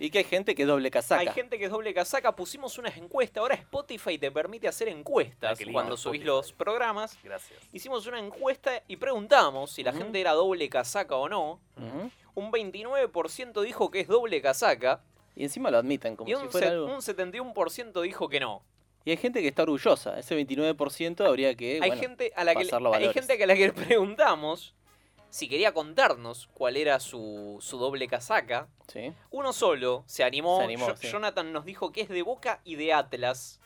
K: Y que hay gente que es doble casaca.
J: Hay gente que es doble casaca, pusimos unas encuestas. Ahora Spotify te permite hacer encuestas
K: qué lindo
J: cuando subís los programas.
Q: Gracias.
J: Hicimos una encuesta y preguntamos si la gente era doble casaca o no.
K: Ujú.
J: Un 29% dijo que es doble casaca
K: Y encima lo admiten como
J: y
K: si
J: un,
K: fuera
J: se-
K: algo.
J: un 71% dijo que no.
K: Y hay gente que está orgullosa. Ese 29% habría que
J: hay
K: bueno,
J: gente a la que le,
K: pasar los
J: hay
K: valores.
J: gente que a la que le preguntamos si quería contarnos cuál era su, su doble casaca.
K: Sí.
J: Uno solo se animó.
K: Se animó,
J: Jo-
K: sí.
J: Jonathan nos dijo que es de Boca y de Atlas.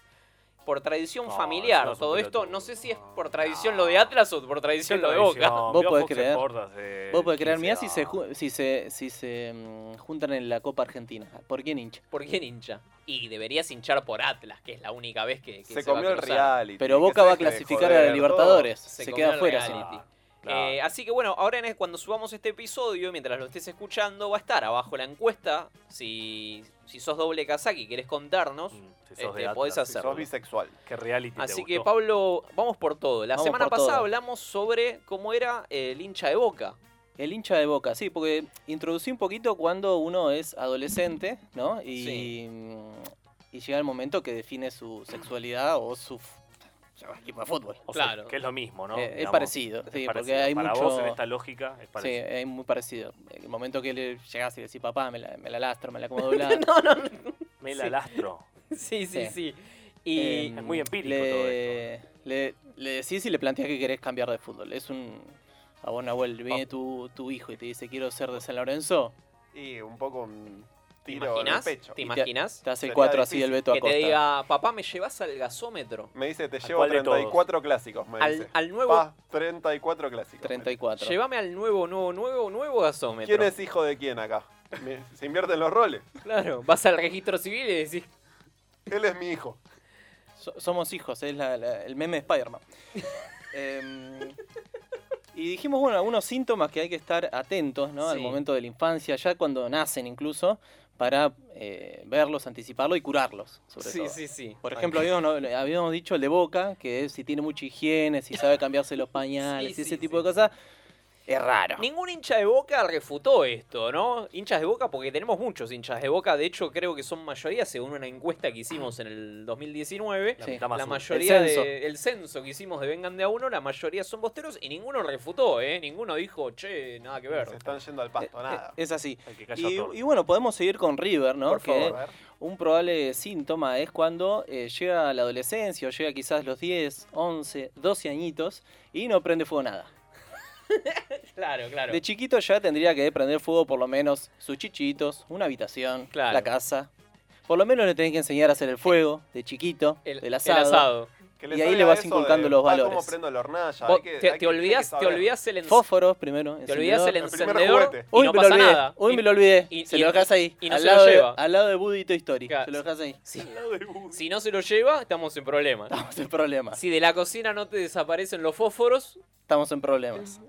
J: Por tradición
Q: No,
J: familiar,
Q: eso es Ah, un
J: todo esto. No sé si es por tradición lo de Atlas o por tradición
Q: Qué
J: lo de Boca.
Q: tradición.
K: Vos
Q: Vio a
K: podés
Q: Fox
K: creer.
Q: Sports hace
K: Vos podés creer,
Q: 15
K: mirá si se, ju- si se, si se mm, juntan en la Copa Argentina. ¿Por quién hincha?
J: ¿Por quién hincha? Y deberías hinchar por Atlas, que es la única vez que, que
L: Se
J: va a
L: comió el
J: cruzar.
L: reality.
K: Pero
L: que
K: Boca
L: se
K: va a
L: deje de
K: clasificar
L: joder, Ah.
K: a la Libertadores.
L: todo.
K: Se,
J: Se
K: queda
J: comió el
K: afuera.
J: reality.
K: sí.
J: Eh, así que bueno, ahora en, cuando subamos este episodio, mientras lo estés escuchando, va a estar abajo la encuesta. Si, si sos doble casaca y querés contarnos,
Q: Si sos
J: este,
Q: de Atlas,
J: podés
Q: si
J: hacerlo.
L: Sos bisexual.
Q: Qué reality te
J: Así que
Q: gustó.
J: Pablo, vamos por todo. La
K: Vamos
J: semana
K: por
J: pasada
K: todo.
J: hablamos sobre cómo era el hincha de Boca.
K: El hincha de Boca, sí, porque introducí un poquito cuando uno es adolescente, ¿no? mm, Y, y llega el momento que define su sexualidad o su,
Q: llamar equipo de fútbol.
K: Claro.
Q: que es lo mismo, ¿no?
K: Eh, es
Q: Digamos,
K: parecido,
Q: es
K: sí,
Q: parecido.
K: porque hay
Q: Para
K: mucho...
Q: vos en esta lógica es parecido.
K: Sí, es muy parecido. El momento que le llegás y le decís, papá, me la, me la lastro, me la como doblada.
J: (laughs) No, no, no.
Q: (laughs) Me la
K: Sí.
Q: lastro.
J: (laughs) Sí, sí, sí.
K: Eh,
J: Y
Q: Es muy empírico
K: le,
Q: todo
K: Le, le decís y le planteás que querés cambiar de fútbol. Es un... A vos, Nahuel,
Q: Oh,
K: viene tu, tu hijo y te dice, quiero ser de San Lorenzo.
L: Y un poco un tiro
J: imaginas?
L: en el pecho.
J: ¿Te imaginas?
K: Te hace cuatro así el Beto
J: que te
K: Acosta.
J: diga, papá, me llevas al gasómetro.
L: Me dice, te
J: ¿A
L: llevo
J: cuál de
L: 34 clásicos, me
J: Al-
L: dice.
J: al nuevo-
L: Pa, 34 clásicos.
K: 34.
J: Llévame al nuevo, nuevo, nuevo, nuevo gasómetro.
L: ¿Quién es hijo de quién acá? Me- Se invierten los roles.
J: Claro, vas al registro civil y decís,
L: Él es mi hijo.
K: So- somos hijos, es la- la- el meme de Spider-Man. Em, y dijimos, bueno, algunos síntomas que hay que estar atentos ¿no? al
J: Sí.
K: momento de la infancia, ya cuando nacen incluso, para eh, verlos, anticiparlos y curarlos, sobre
J: Sí,
K: todo.
J: sí, sí.
K: Por ejemplo, habíamos, no, habíamos dicho el de boca, que es si tiene mucha higiene, si sabe cambiarse los pañales
J: (laughs) Sí,
K: y ese tipo de cosas, es raro.
J: Ningún hincha de Boca refutó esto, ¿no? Hinchas de Boca, porque tenemos muchos hinchas de Boca. De hecho, creo que son mayoría, según una encuesta que hicimos en el 2019.
K: La Sí. mitad
J: La,
K: más uno.
J: mayoría
K: El censo.
J: de- el censo que hicimos de Vengan de a uno, la mayoría son bosteros y ninguno refutó, ¿eh? Ninguno dijo, che, nada que ver.
L: Se están yendo al
K: Eh,
L: pasto,
J: Ah,
L: nada.
K: Es así.
L: calla
K: Y,
L: otorga.
K: y bueno, podemos seguir con River, ¿no?
L: Por
K: que
L: favor, a ver.
K: un probable síntoma es cuando eh, llega a la adolescencia o llega quizás a los 10, 11, 12 añitos y no prende fuego nada.
J: (laughs) Claro, claro.
K: De chiquito ya tendría que prender fuego por lo menos sus chichitos, una habitación,
J: Claro.
K: la casa. Por lo menos le tenés que enseñar a hacer el fuego de chiquito,
J: El-
K: del asado.
J: el asado.
L: Que
K: Y ahí
L: salga
K: le vas
L: eso
K: inculcando
L: de,
K: los
L: pa,
K: valores.
L: ¿Cómo prendo la hornalla?
J: Vos
L: Hay que-
J: te- te
L: hay que- hay que
J: olvidás- te
L: saber.
J: olvidás el ens-
K: Fósforos primero.
J: Te olvidás el
K: encendedor.
J: encendedor
L: juguete.
K: Uy,
J: y no
K: me lo
J: pasa
K: olvidé.
J: nada.
K: Uy,
J: Y-
K: me lo olvidé.
J: y-
K: se
J: y-
K: lo dejas ahí.
J: y no
K: al,
J: se lo
K: lado
J: lleva.
K: De, al lado de Buddy y Toy Story.
J: Claro.
K: Se lo dejas ahí.
L: (laughs)
J: Si, si no se lo lleva, estamos en problemas.
K: Estamos en problemas.
J: Si de la cocina no te desaparecen los fósforos,
K: Estamos en problemas.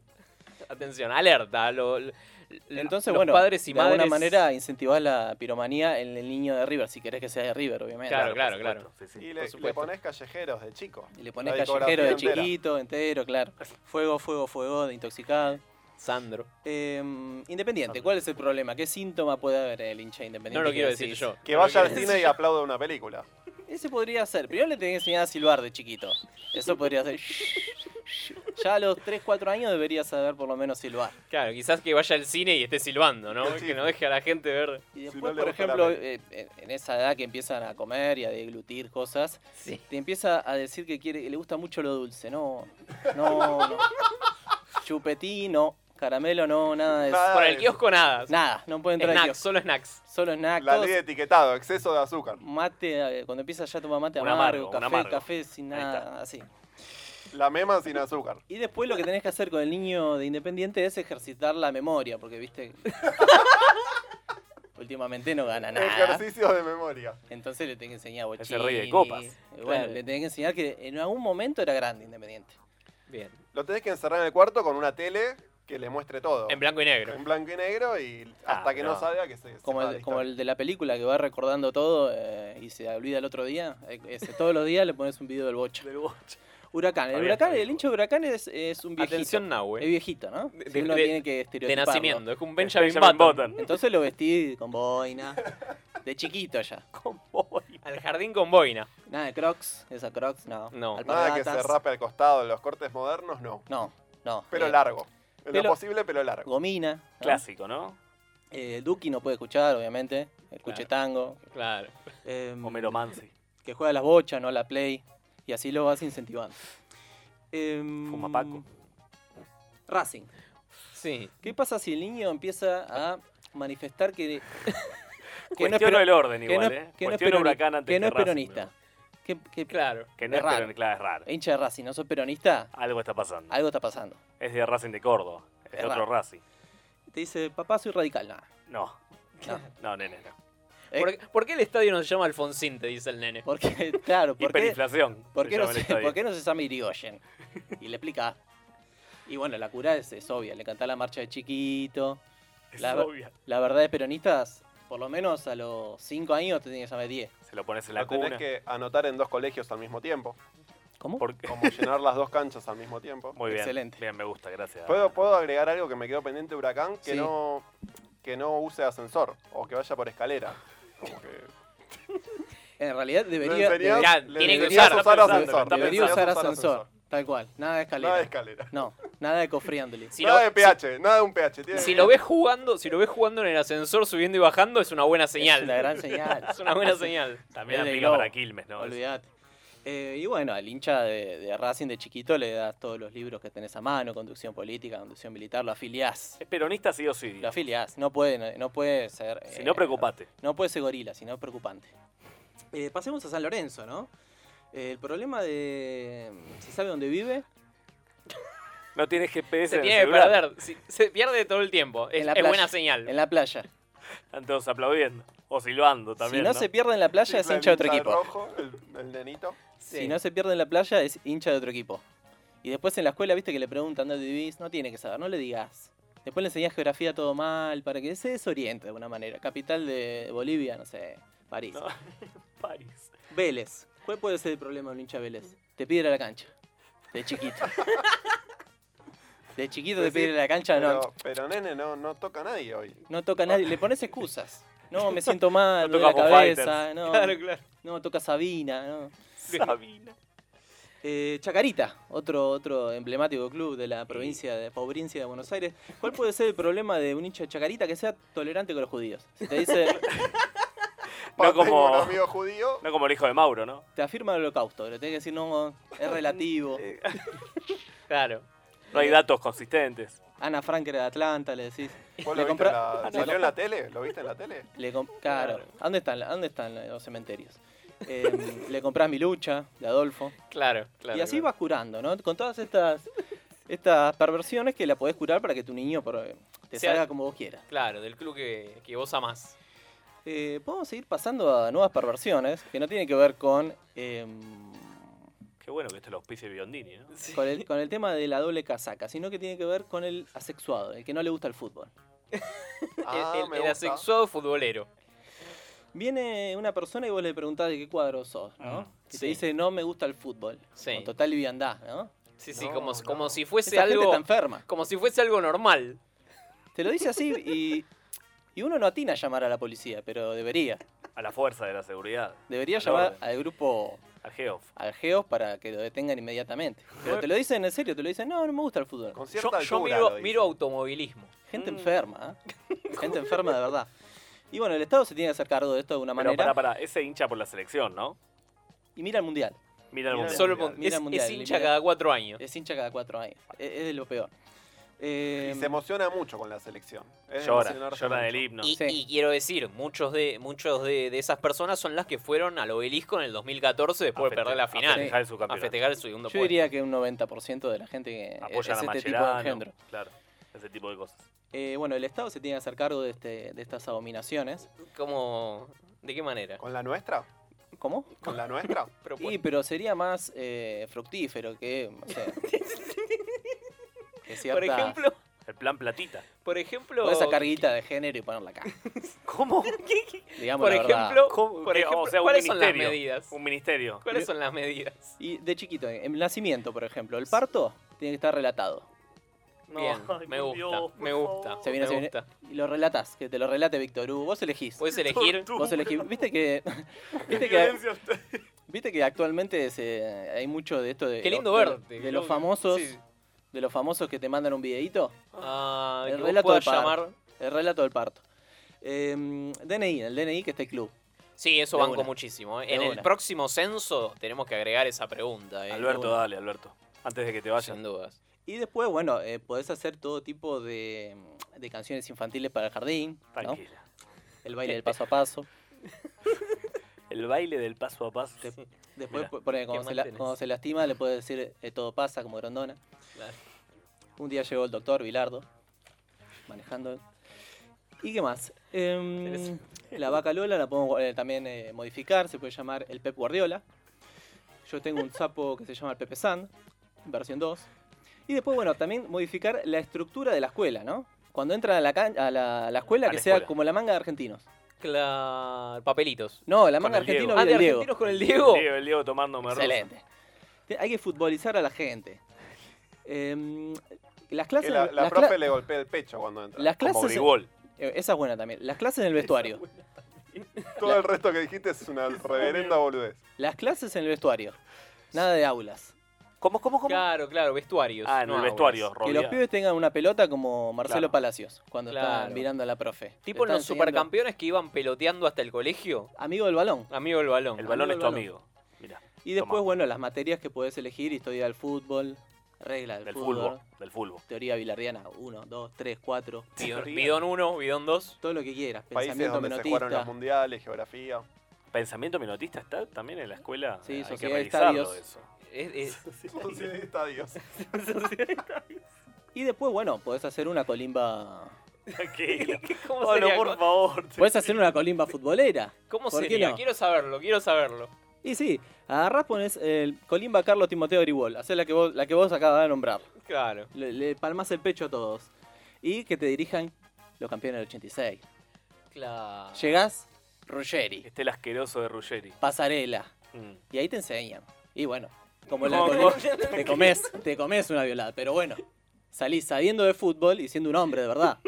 J: atención, alerta. lo- lo-
K: Entonces,
J: los
K: bueno,
J: padres y
K: de alguna
J: madres-
K: manera incentivás la piromanía en el niño de River, si querés que sea de River, obviamente.
J: Claro, claro, claro.
L: Y le, le pones callejeros de chico.
K: Y le pones
L: La
K: callejero de
L: decoración entera.
K: chiquito, entero, claro. Fuego, fuego, fuego, de intoxicado.
J: Sandro.
K: Em, independiente, ¿cuál es el problema? ¿Qué síntoma puede haber en el hincha independiente?
J: No lo
K: que
J: quiero decir
K: decís?
J: yo.
L: Que vaya al cine y aplauda una película.
K: Ese podría ser. Primero le tenés que enseñar a silbar de chiquito. Eso podría ser. Ya a los 3, 4 años deberías saber por lo menos silbar.
J: Claro, quizás que vaya al cine y esté silbando, ¿no?
K: Sí.
J: Que no deje a la gente ver.
K: Y después, por ejemplo, eh, en en esa edad que empiezan a comer y a deglutir cosas, te empieza a decir que quiere, que le gusta mucho lo dulce. No, no, no. Chupetín, no. Caramelo, no, nada de eso.
J: Por el kiosco nada.
K: Nada, no puede entrar al
J: Snacks,
K: kiosco.
J: solo snacks.
K: Solo snacks.
L: La ley de etiquetado, exceso de azúcar.
K: Mate, eh, cuando empieza ya a tomar mate
L: Un
K: amargo,
L: amargo, un
K: café,
L: amargo.
K: café sin nada, así.
L: La mema sin azúcar.
K: Y después lo que tenés que hacer con el niño de Independiente es ejercitar la memoria, porque
L: (laughs)
K: viste. Últimamente no gana (laughs) nada.
L: Ejercicios de memoria.
K: Entonces le tenés que enseñar bochini.
L: Ese rey de copas.
K: Y Bueno,
L: Claro.
K: le tenés que enseñar que en algún momento era grande Independiente.
J: Bien.
L: Lo tenés que encerrar en el cuarto con una tele que le muestre todo.
J: En blanco y negro.
L: En blanco y negro y hasta que no,
K: Ah, no.
L: salga que se...
K: Como el, como el de la película que va recordando todo eh, y se olvida el otro día. eh, ese, todos los días le pones un video del bocha. Huracán. El,
J: Había
K: huracán, el hincho de huracán es, es un viejito.
J: Atención, Nahue.
K: Es viejito, ¿no?
J: De-
K: Si uno
J: de-
K: tiene que estereotiparlo.
J: nacimiento, es un Benjamin Benjamin Button. Button.
K: Entonces lo vestí con
J: (laughs)
K: boina. De chiquito ya.
J: Al jardín con boina.
K: Nada de crocs. Esa crocs, no.
J: No.
L: Nada que se
K: Alpargatas.
L: rape al costado. En los cortes modernos, no.
K: No, no.
L: Pelo
K: Eh,
L: largo. En
K: pelo-
L: lo posible, pelo largo.
K: Gomina. ¿no?
Q: Clásico, ¿no?
K: Eh, Duki no puede escuchar, obviamente. Escuche tango.
J: Claro.
Q: Homero Mansi.
K: Que juega a las bochas, no a la play. Y así lo vas incentivando. Fuma
Q: Paco.
K: Racing.
J: Sí.
K: ¿Qué pasa si el niño empieza a manifestar que.
Q: Cuestiono
K: pero-
Q: el orden
K: que
Q: igual,
K: no-
Q: ¿eh?
K: que no es
Q: Cuestiono
K: peroni-
Q: Huracán antes
K: que no
Q: que
K: es
Q: Racing,
K: peronista. Que, que-
J: claro.
Q: Que no es
K: raro.
Q: peronista, claro, es raro.
K: Hincha de Racing, no sos peronista,
Q: Algo está pasando.
K: algo está pasando.
Q: Es de Racing de Córdoba. Es,
K: Es
Q: otro
K: raro.
Q: Racing.
K: Te dice, papá, soy radical. Nah,
Q: No.
K: No. Eh.
Q: No, nene, no.
J: ¿Por, por qué el estadio no se llama Alfonsín, te dice el nene?
K: Porque, claro, ¿por qué,
Q: Hiperinflación.
K: ¿por, qué no
Q: se
K: se,
Q: llama el
K: ¿por qué no se llama Irigoyen? Y le explica. Y bueno, la cura es, es obvia, le canta la marcha de chiquito.
Q: Es
K: la, ver-
Q: obvia.
K: La verdad de peronistas, por lo menos a los 5 años te tiene que llamar 10.
Q: Se lo pones en
L: Lo
Q: la
L: tenés
Q: cuna.
L: que anotar en dos colegios al mismo tiempo.
K: ¿Cómo? (laughs)
L: Como llenar las dos canchas al mismo tiempo.
Q: Muy bien.
K: Excelente.
Q: Bien, me gusta, gracias.
L: ¿Puedo, puedo agregar algo que me quedó pendiente de Huracán? Que,
Q: Sí.
L: no, que no use ascensor o que vaya por escalera. Como que
K: En realidad debería.
L: Le enseñás-
K: debería-
L: le Tiene que enseñás usar- a usar ascensor. Está
K: Debería
L: pensando.
K: usar
L: Usar
K: ascensor.
L: ascensor.
K: Tal cual. Nada de escalera.
L: Nada de escalera.
K: No, nada de cofriándole.
L: nada de pH, nada de un pH. tiene-
J: Si lo ves jugando, si lo ves jugando en el ascensor subiendo y bajando es una buena señal.
K: Es una gran señal.
J: (laughs) es una buena señal.
Q: También
K: Es de
Q: aplica para
K: Globo.
Q: Quilmes, ¿no?
K: Olvídate. Eh, y bueno, al hincha de, de Racing de chiquito le das todos los libros que tenés a mano, conducción política, conducción militar, lo afiliás.
Q: Es peronista sí o sí.
K: Lo afiliás, no puede, no puede ser...
Q: Si no, preocupate.
K: No puede ser gorila, sino preocupante. Eh, pasemos a San Lorenzo, ¿no? Eh, el problema de... ¿Se sabe dónde vive?
Q: No tienes GPS
J: Se
Q: en el
J: tiene que
Q: celular.
J: perder. Si- se pierde todo el tiempo. Es,
K: En la
J: es
K: playa.
J: buena señal.
K: En la playa.
Q: Están todos aplaudiendo. O silbando también.
K: si no, se pierde en la playa es
L: Siempre
K: hincha de
L: el
K: otro equipo.
L: rojo, el, el nenito.
K: Si no se pierde en la playa es hincha de otro equipo. Y después en la escuela, viste que le preguntan dónde vivís, no tiene que saber, no le digas. Después le enseñás geografía todo mal, para que se desoriente de alguna manera. Capital de Bolivia, no sé, París.
J: (laughs)
Q: París.
K: Vélez. ¿Cuál puede ser el problema de un hincha de Vélez? Te pide ir a la cancha. De chiquito.
J: (laughs)
K: de chiquito
J: Pues
K: te pide ir a la cancha,
L: pero,
K: no.
L: Pero nene, no, no toca a nadie hoy.
K: No toca a nadie, le pones
J: (laughs)
K: excusas. No, me siento mal,
L: No
K: me duele la
L: toca Foo
K: cabeza,
L: Fighters.
K: no.
L: Claro,
K: No, toca Sabina, no.
Q: Sabina.
K: Eh, Chacarita, otro, otro emblemático club de la provincia de, provincia de Buenos Aires. ¿Cuál puede ser el problema de un hincha de Chacarita que sea tolerante con los judíos? Si te dice,
Q: No
K: Tengo
Q: como,
K: un
L: amigo judío.
Q: no como el hijo de Mauro, ¿no?
K: te afirma el holocausto, le tenés que decir, no, es relativo. (laughs) Eh,
J: Claro.
Q: No hay datos consistentes.
K: Ana Frank era de Atlanta, le decís.
L: ¿Vos
K: Le
L: lo viste
K: compra-
L: en
J: Ah,
L: la,
K: le
L: ¿Salió en
K: comp-
L: la tele? ¿Lo viste en la tele?
K: Le com- claro. ¿A ¿Dónde están, la- dónde están los cementerios? Eh, (laughs) le compras mi lucha de Adolfo.
J: Claro, claro.
K: y así vas curando, ¿no? Con todas estas, estas perversiones que la podés curar para que tu niño por- te
J: Sea-
K: salga como vos quieras.
J: Claro, del club que, que vos amás.
K: Eh, podemos seguir pasando a nuevas perversiones que no tienen que ver con, eh,
Q: Qué bueno que esto lo auspicia Biondini, ¿no?
K: con, el, con el tema de la doble casaca, sino que tiene que ver con el asexuado, el que no le gusta el fútbol.
L: Ah,
J: El- el, el asexuado futbolero.
K: Viene una persona y vos le preguntás de qué cuadro sos, ¿no?
J: Mm,
K: y
J: sí.
K: te dice, no me gusta el fútbol. Con total liviandad, ¿no?
J: Sí, sí, como, como si fuese
K: Esa gente
J: algo.
K: está enferma.
J: Como si fuese algo normal.
K: Te lo dice así y, y uno no atina a llamar a la policía, pero debería.
Q: A la fuerza de la seguridad.
K: Debería
Q: Al
K: llamar
Q: orden.
K: al grupo...
Q: Al Geof.
K: Al Geos para que lo detengan inmediatamente. Pero te lo dicen en serio, te lo dicen, no, no me gusta el fútbol.
J: Yo, yo miro, miro automovilismo.
K: Gente enferma, ¿eh? Gente enferma de verdad. Y bueno, el Estado se tiene que hacer cargo de esto de una
Q: Pero
K: manera.
Q: para, para, ese hincha por la selección, ¿no?
K: Y mira el mundial.
Q: Mira el mundial.
J: Solo pon- es- es hincha cada cuatro años.
K: Es hincha cada cuatro años. Es, es de lo peor.
L: Y
K: Eh,
L: se emociona mucho con la selección. Es de emocionarse mucho.
J: Y, y quiero decir, muchos de muchos de, de esas personas son las que fueron al obelisco en el 2014 después de perder la final.
K: a festejar su
J: A
K: campeonato.
J: festejar el segundo
K: yo
J: puesto.
K: diría que un 90% de la gente que es
Q: Apoyan a
K: este tipo de
Q: Mascherano,
K: engendro.
Q: Claro, ese tipo de cosas.
K: Eh, bueno, el Estado se tiene que hacer cargo de, este, de estas abominaciones.
J: ¿Cómo? ¿De qué manera?
L: ¿Con la nuestra?
K: ¿Cómo?
L: ¿Con la nuestra?
K: Sí, pero sería más eh, fructífero que, no
J: (laughs)
K: sé, que
J: Por
K: cierta-
J: ejemplo,
Q: El plan platita.
J: por ejemplo,
K: Podés
J: (laughs)
K: sacar guita de género y ponerla acá.
Q: ¿Cómo?
K: Digamos
J: por
K: la verdad.
J: ejemplo,
Q: ¿Cómo?
J: por
Q: Eh,
J: ejemplo,
Q: o sea, un
J: ¿cuáles son las
Q: ministerio.
J: medidas?
Q: Un ministerio.
J: ¿Cuáles son las medidas?
K: Y de chiquito, en el nacimiento, por ejemplo, el parto tiene que estar relatado.
J: Bien, me gusta, me gusta,
K: Se viene,
J: me
K: se viene.
J: gusta.
K: Y lo relatas, que te lo relate Víctor Hugo. Vos elegís.
J: Podés elegir.
K: Vos elegís. Viste que. viste, que
J: violencia
K: viste que actualmente se- hay mucho de esto de.
J: Qué lindo
K: de-
J: verte,
K: De,
J: boludo.
K: los famosos.
J: Sí.
K: De los famosos que te mandan un videito.
J: Ah, que
K: el
J: vos
K: relato del
J: puedas
K: parto.
J: llamar.
K: El relato del parto. Em, DNI, el DNI que está el club.
J: Sí, eso
K: De
J: banco
K: una.
J: muchísimo. eh.
K: De
J: En el
K: una.
J: próximo censo tenemos que agregar esa pregunta. eh.
Q: Alberto, dale, Alberto. Antes de que te vayas.
J: Sin dudas.
K: Y después, bueno, eh, podés hacer todo tipo de, de canciones infantiles para el jardín. ¿no?
Q: Tranquila.
K: El baile del paso a paso.
Q: El baile del paso a paso.
K: Después,
Q: Mirá.
K: po- ponele,
Q: ¿Qué
K: cuando,
Q: más
K: se la-
Q: tenés?
K: cuando se lastima, le puedes decir eh, todo pasa, como Grondona.
J: Claro.
K: Un día llegó el doctor Bilardo, manejando. ¿Y qué más? Em, la vaca Lola la podemos eh, también eh, modificar, se puede llamar el Pep Guardiola. Yo tengo un sapo que se llama el Pepe San, versión 2. Y después, bueno, también modificar la estructura de la escuela, ¿no? Cuando entran a la, can- a la, a la escuela,
J: A
K: que
J: la
K: sea
J: escuela.
K: como la manga de argentinos.
J: Claro, papelitos.
K: No, la
J: Con
K: manga
J: el
K: argentina
J: Diego. Ah, de
K: viene el Diego.
J: argentinos con el Diego.
Q: El Diego, el Diego tomando merluza.
K: Excelente. Te- Hay que futbolizar a la gente. Em, las clases.
L: Que la, la
K: las
L: profe
K: cla-
L: le golpea el pecho cuando entra.
K: Las clases.
L: Como Grigol.
K: Eh, Esa es buena también. Las clases en el vestuario.
L: (laughs) Todo el resto que dijiste
K: (laughs)
L: es una reverenda boludez.
K: Las clases en el vestuario. Nada de aulas.
J: ¿Cómo, cómo, cómo? Claro, claro, vestuarios.
Q: Ah, en
J: no
Q: el
J: aulas.
Q: vestuario,
K: Que
Q: Robbie.
K: los pibes tengan una pelota como Marcelo
J: Claro.
K: Palacios cuando
J: Claro.
K: está mirando a la profe.
J: Tipo
K: Le
J: los
K: está enseñando-
J: supercampeones que iban peloteando hasta el colegio.
K: Amigo del balón.
J: Amigo del balón.
K: El balón Amigo es tu del balón. amigo.
Q: Mira.
K: Y después, bueno, las materias que podés elegir, historia del fútbol, regla del,
Q: Del
K: fútbol,
Q: fútbol, del fútbol.
K: Teoría bilardiana, 1, 2, 3, 4.
J: Bidón- Bidón 1, bidón 2.
K: Todo lo que quieras.
L: Países
K: Pensamiento
L: donde se jugaron los
K: menotista.
L: mundiales, geografía.
Q: ¿Pensamiento menotista está también en la escuela?
K: Sí,
Q: Hay que
K: sociedad de
Q: revisarlo
K: estadios.
Q: eso.
K: (laughs)
L: (laughs) Sociedad de estadios.
K: Y después, bueno, podés hacer una colimba.
Q: Tranquilo.
J: ¿Cómo
Q: Pablo,
J: sería?
Q: por favor.
K: Podés hacer una colimba futbolera.
J: ¿Cómo
K: ¿Por qué
J: sería?
K: no?
J: Quiero saberlo, quiero saberlo.
K: Y sí, agarrás, pones el colimba Carlos Timoteo Gribol. Hacés la que vos, la que vos acabas de nombrar.
J: Claro.
K: Le, le palmás el pecho a todos. Y que te dirijan los campeones del 86.
J: Claro.
K: Llegás, Ruggeri,
Q: Este el asqueroso de Ruggeri.
K: Pasarela.
Q: Mm.
K: Y ahí te enseñan. Y bueno, como la
Q: No,
K: coli-
Q: no.
K: te comes, te comes una violada, pero bueno, salís sabiendo de fútbol y siendo un hombre de verdad.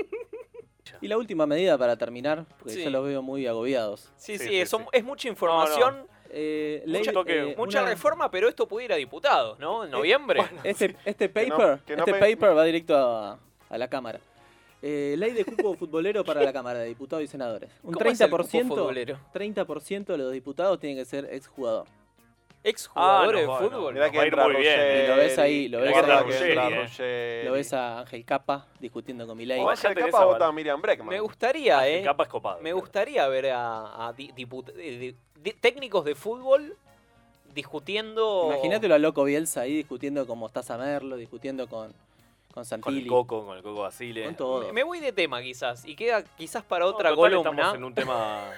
K: Y la última medida para terminar, porque
J: Sí.
K: yo los veo muy agobiados.
J: Sí, sí, es, es mucha información.
K: Eh, ley-
J: Mucha,
K: eh,
J: mucha
K: una-
J: reforma, pero esto puede ir a diputados, ¿no? En noviembre.
K: Este, este
J: Que no-
K: paper,
J: que no
K: este
J: pe-
K: paper va directo a, a la Cámara. Eh, ley de cupo futbolero para la Cámara de Diputados y Senadores. Un
J: ¿Cómo es el cupo
K: 30%,
J: futbolero?
K: 30 de los diputados tienen que ser exjugador.
J: Ah, Exjugadores de fútbol.
K: Mirá que entra Ruggeri, eh, lo ves ahí, lo ves ahí. Lo ves a Ángel Capa discutiendo con Milei.
L: O Ángel Vaya, tenés Capa a- vota a Miriam Bregman.
J: Me gustaría,
L: Ah,
J: ¿eh?
L: capa es copado,
J: Me gustaría ver a, a di- diput- eh, di- di- técnicos de fútbol
K: Oh.
J: discutiendo.
K: Imagínatelo a Loco Bielsa ahí discutiendo con Mostaza Merlo, discutiendo con, con
Q: Con el
K: Santilli.
Q: coco, con el coco Basile.
K: Con todo.
J: Me- Me voy de tema, quizás. Y queda quizás para otra
Q: total,
J: columna.
Q: estamos en un tema-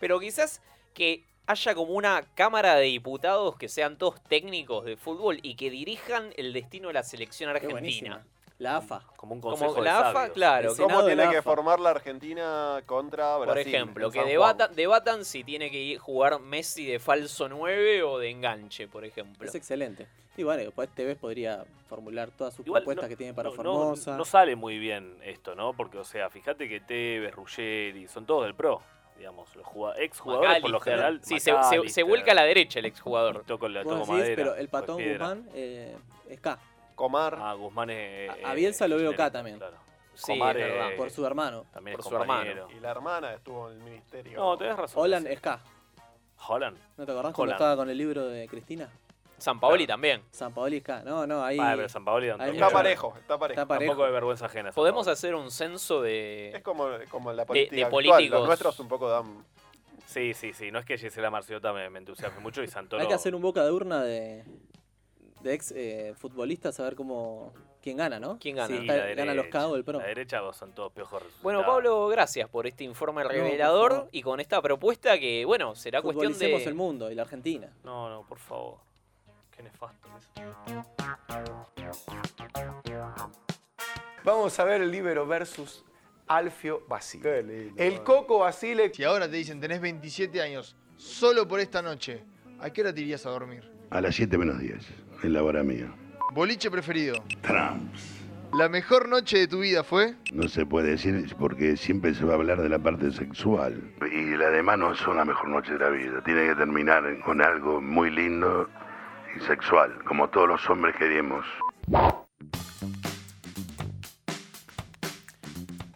J: pero quizás que haya como una cámara de diputados que sean todos técnicos de fútbol y que dirijan el destino de la selección argentina.
K: La AFA.
Q: Como un
J: Como la AFA, claro. que-
L: ¿Cómo tiene que formar la Argentina contra
J: Por
L: Brasil?
J: ejemplo,
L: en
J: que
L: San
J: debata- debatan si tiene que ir- jugar Messi de falso 9 o de enganche, por ejemplo.
K: Es excelente. Y bueno, después Tevez podría formular todas sus
Q: Igual
K: propuestas
Q: no-
K: que tiene para
Q: no- no-
K: Formosa.
Q: No, sale muy bien esto, ¿no? Porque, o sea, fíjate que Tevez, Ruggeri, son todos del pro, digamos, los jugua- exjugadores por lo
J: McAllister.
Q: general.
J: Sí, se- se- se
Q: Este-
J: vuelca a la derecha el exjugador.
Q: Toco, la,
K: Vos
Q: toco
K: decís,
Q: madera.
K: pero el patón
Q: pues, piedra.
K: Guzmán eh, es K.
L: Comar.
Q: Ah, Guzmán es.
K: A- a Bielsa lo veo
Q: chileno,
K: K también.
Q: Sí, Comar es verdad.
K: Por su hermano.
Q: También es compañero.
L: Juan. Y la hermana estuvo en el ministerio.
Q: No, tenés razón.
K: Holland es K.
Q: Holland.
K: ¿No te acordás cuando
Q: Holland.
K: estaba con el libro de Cristina?
J: San Paoli también.
K: San Paoli es K. No, no, ahí.
Q: Ah, pero San Paoli
K: ahí
L: Está
K: mucho-
L: parejo, está parejo.
K: Está parejo.
Q: Tampoco de vergüenza ajena.
J: Podemos hacer un censo de.
L: Es como, como la
J: de
L: política actual,
J: políticos.
L: Los nuestros un poco dan...
Q: Sí, sí, sí. No es que Gisela Marciota me, me entusiasme mucho y Santoro.
K: Hay que hacer un boca de urna de, de ex eh, futbolistas a ver cómo quién gana, ¿no?
J: ¿Quién gana?
K: Si
J: Y
K: está-
J: la
K: gana los
Q: derecha.
K: K o el pro.
Q: La derecha vos son todos piojos resultados.
J: Bueno, Pablo, gracias por este informe
K: por
J: revelador
K: favor.
J: y con esta propuesta que, bueno, será cuestión de.
K: Futbolicemos el mundo y la Argentina.
Q: No, no, por favor. Qué nefasto que es.
S: Vamos a ver el Libero versus Alfio Basile. el Coco Basile.
T: Si ahora te dicen tenés 27 años, solo por esta noche, ¿a qué hora te irías a dormir?
U: A las 7 menos 10, en la hora mía.
T: Boliche preferido.
U: Trump.
T: La mejor noche de tu vida fue.
U: No se puede decir porque siempre se va a hablar de la parte sexual. Y la demás no son la mejor noche de la vida. Tiene que terminar con algo muy lindo y sexual, como todos los hombres queremos.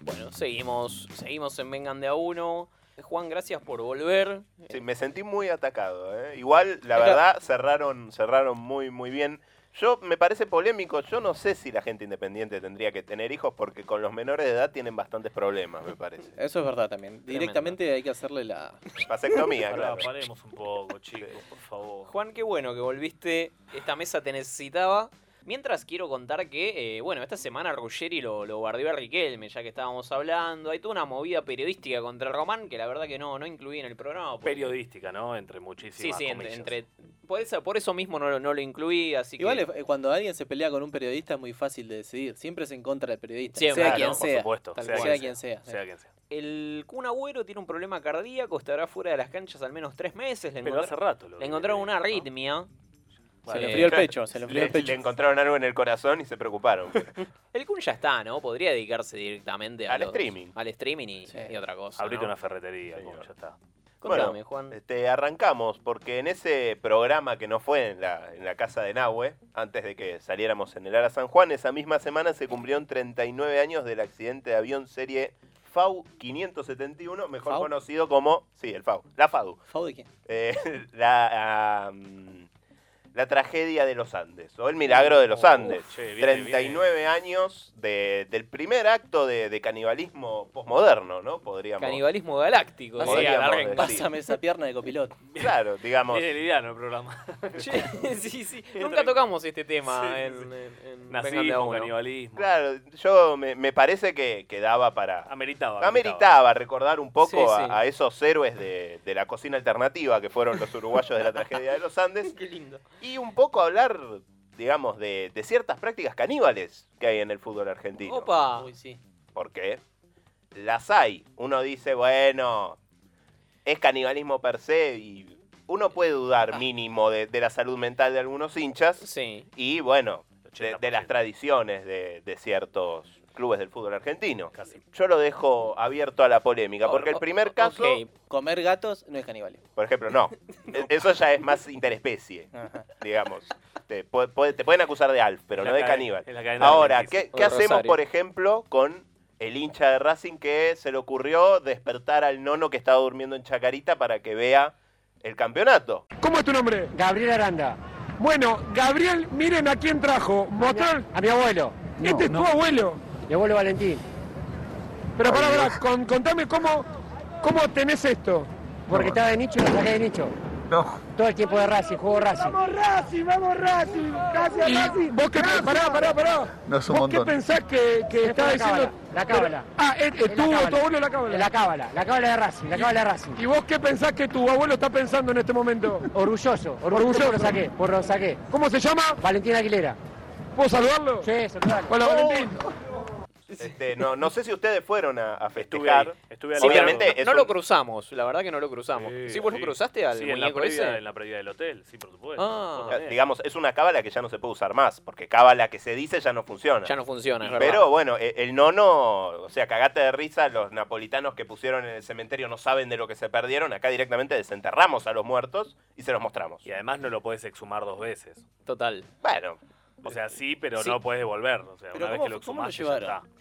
J: Bueno, seguimos, seguimos en Vengan de a uno. Juan, gracias por volver.
M: Sí, me sentí muy atacado. ¿eh? Igual, la verdad, cerraron, cerraron muy, muy bien. Yo me parece polémico. Yo no sé si la gente independiente tendría que tener hijos porque con los menores de edad tienen bastantes problemas, me parece.
L: (laughs)
K: Eso es verdad también. Directamente hay que hacerle la.
M: Vasectomía,
Q: Pará,
M: claro.
Q: Paremos un poco, chicos, por favor.
J: Juan, qué bueno que volviste. Esta mesa te necesitaba. Mientras quiero contar que, eh, bueno, esta semana Ruggeri lo, lo bardeó a Riquelme, ya que estábamos hablando. Hay toda una movida periodística contra Román que la verdad que no, no incluí en el programa. porque-
Q: Periodística, ¿no? Entre
J: Sí,
Q: muchísimas
J: sí, entre.
Q: comillas.
J: entre- por, eso, por eso mismo no, lo- no lo incluí, así
K: Igual
J: que.
K: eh, cuando alguien se pelea con un periodista es muy fácil de decidir. Siempre es en contra del periodista.
J: Siempre.
K: sea
J: Claro,
K: quien
J: por
K: sea.
J: supuesto,
K: tal
J: sea
K: cual.
J: quien
K: sea quien sea.
Q: Sea quien sea.
J: El Kun Agüero tiene un problema cardíaco, estará fuera de las canchas al menos tres meses. Le
Q: Pero hace rato
J: Le encontraron una arritmia.
M: Vale.
J: Eh,
M: Le- Le encontraron algo en el corazón y se preocuparon.
J: El Kun ya está, ¿no? Podría dedicarse directamente a
M: Al
J: los-
M: streaming.
J: Al streaming y, y otra cosa.
Q: Abrite
J: ¿no?
Q: una ferretería, como ya está.
J: Contame,
M: bueno,
J: Juan.
M: Este, arrancamos, porque en ese programa que no fue en la, en la casa de Nahue, antes de que saliéramos en el Ara San Juan, esa misma semana se cumplieron 39 años del accidente de avión serie FAU 571, mejor
K: ¿FAU?
M: conocido como. Sí, el FAU. La FAU.
K: ¿Fau de quién?
M: Eh, (laughs) la, ah, mm, la tragedia de los Andes, o el milagro de los Andes.
Q: Uf, che, viene,
M: 39 años de- del primer acto de, de canibalismo postmoderno, ¿no? Podríamos.
J: Canibalismo galáctico.
M: Así,
J: decía Darwin.
M: Pásame
K: esa pierna de copiloto.
M: (laughs) Claro, digamos.
Q: Viene liviano el programa.
J: (laughs)
Q: (laughs)
J: sí, sí. Nunca tocamos este tema en, en, en Vengan de a
Q: Nazismo,
J: Uno.
Q: canibalismo.
M: Claro, yo me, me parece que, que daba para.
Q: Ah, Ameritaba.
M: Ameritaba recordar un poco
Q: Sí, sí.
M: A, a esos héroes de, de la cocina alternativa que fueron los uruguayos de la tragedia de los Andes.
J: Qué lindo.
M: Y un poco hablar, digamos, de, de ciertas prácticas caníbales que hay en el fútbol argentino.
J: Opa.
M: Porque las hay. Uno dice, bueno, es canibalismo per se y uno puede dudar mínimo de, de la salud mental de algunos hinchas. Y bueno, de, de las tradiciones de, de ciertos clubes del fútbol argentino. Yo lo dejo abierto a la polémica, porque el primer caso,
K: Comer gatos no es canibalismo.
M: por ejemplo,
Q: (laughs)
M: no. E- Eso ya es más interespecie, digamos. Te, pu- puede- te pueden acusar de Alf, pero
Q: En
M: no
Q: la
M: de
Q: cade-
M: caníbal.
Q: en la cadena
M: Ahora,
Q: alimenticia.
M: ¿qué,
Q: O
M: qué
Q: de
M: hacemos,
Q: Rosario.
M: por ejemplo, con el hincha de Racing que se le ocurrió despertar al nono que estaba durmiendo en Chacarita para que vea el campeonato?
A: ¿Cómo es tu nombre? Gabriel Aranda. Bueno, Gabriel, miren a quién trajo. Mostrar a mi abuelo. este es tu abuelo. Mi abuelo Valentín. Pero pará, pará, con- contame cómo, cómo tenés esto.
V: Porque estaba de nicho y lo saqué de nicho. No. Todo el tiempo de Racing, juego Racing.
A: ¡Vamos Racing, vamos Racing! ¡Gracias Racing! ¿Vos qué pensás? Pará, pará, pará.
T: No es un
A: ¿Vos
T: montón.
A: qué pensás que, que
V: Es
A: estaba
V: por la
A: diciendo?
V: cábala, la cábala.
A: Pero- ah, eh, eh,
V: Es la
A: tu,
V: cábala.
A: tu abuelo la cábala.
V: Es la cábala, la cábala de Racing, la
A: Y-
V: cábala de Racing.
A: ¿Y vos qué pensás que tu abuelo está pensando en este momento?
V: Orgulloso, orgulloso por lo saqué, por lo saqué.
A: ¿Cómo se llama?
V: Valentín Aguilera.
A: ¿Puedo saludarlo?
V: Sí, Oh. saludarlo.
A: Hola, Valentín.
M: Este, no, no sé si ustedes fueron a, a festejar.
J: Sí, pero
M: Obviamente,
J: no,
M: es
J: no
M: un-
J: lo cruzamos, la verdad que no lo cruzamos. Sí, vos lo cruzaste al
Q: sí, en la,
J: muñeco
Q: previa,
J: ese.
Q: en la previa del hotel, sí, por supuesto.
J: Ah.
Q: Vos
M: Ah,
Q: también.
M: digamos, es una cábala que ya no se puede usar más, porque cábala que se dice ya no funciona.
J: Ya no funciona, es verdad.
M: Pero bueno, e- el nono, o sea, cagate de risa, los napolitanos que pusieron en el cementerio no saben de lo que se perdieron, acá directamente desenterramos a los muertos y se los mostramos.
Q: Y además no lo puedes exhumar dos veces.
J: Total.
M: Bueno.
Q: O sea, sí, pero
M: Sí.
Q: no lo puedes devolver. O sea,
K: Pero
Q: una vez que
K: ¿cómo-
Q: lo
K: cómo lo
Q: exhumaste, ya
K: llevaron?
Q: está.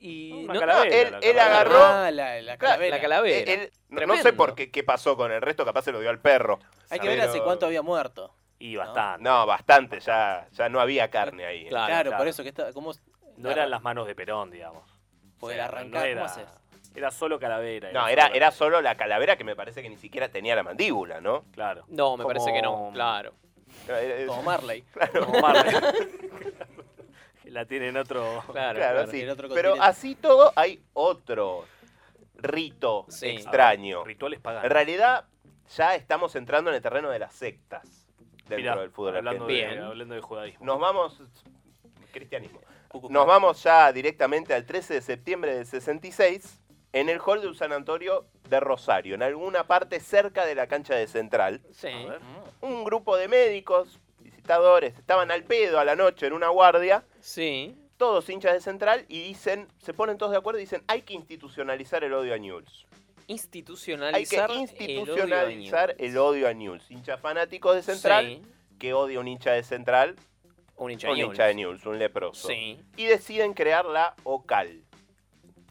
J: Y
Q: Una
J: no-
Q: calavera,
M: él-
Q: la
M: él
Q: calavera.
M: agarró-
K: Ah, la, la calavera.
M: La calavera. no, no sé por qué, qué pasó con el resto, capaz se lo dio al perro.
K: Hay que ver
M: Pero-
K: hace cuánto había muerto.
Q: Y bastante.
M: No, bastante, ya, ya no había carne ahí. ¿eh?
K: Claro, por eso que está. ¿cómo,
Q: No eran las manos de Perón, digamos. O
K: Poder
Q: sea,
K: arrancar,
Q: era,
K: ¿cómo haces?
Q: era solo calavera.
M: No, era,
Q: solo-
M: era solo la calavera que me parece que ni siquiera tenía la mandíbula, ¿no?
Q: Claro.
J: No, me parece que no, claro.
K: Como
M: (laughs)
K: Marley.
Q: Como Marley.
K: (laughs)
Q: la tiene en otro.
J: Claro,
M: Claro, sí. Pero así todo hay otro rito extraño.
Q: Rituales paganos.
M: En realidad, ya estamos entrando en el terreno de las sectas dentro
Q: Mirá,
M: del fútbol
Q: hablando de,
M: argentino.
Q: hablando de judaísmo.
M: Nos vamos. Cristianismo. Nos vamos ya directamente al 13 de septiembre del 66 en el hall de un sanatorio de Rosario, en alguna parte cerca de la cancha de Central.
J: Sí.
M: Un grupo de médicos, visitadores, estaban al pedo a la noche en una guardia.
J: Sí.
M: Todos hinchas de Central y dicen, se ponen todos de acuerdo y dicen, hay que institucionalizar el odio a Newell's. Hay que
J: Institucionalizar.
M: institucionalizar el odio a Newell's. Hinchas fanáticos de Central
J: Sí.
M: que odia un hincha de Central,
J: un
M: hincha,
J: hincha de Newell's.
M: de Newell's, un leproso.
J: Sí.
M: Y deciden crear la OCAL,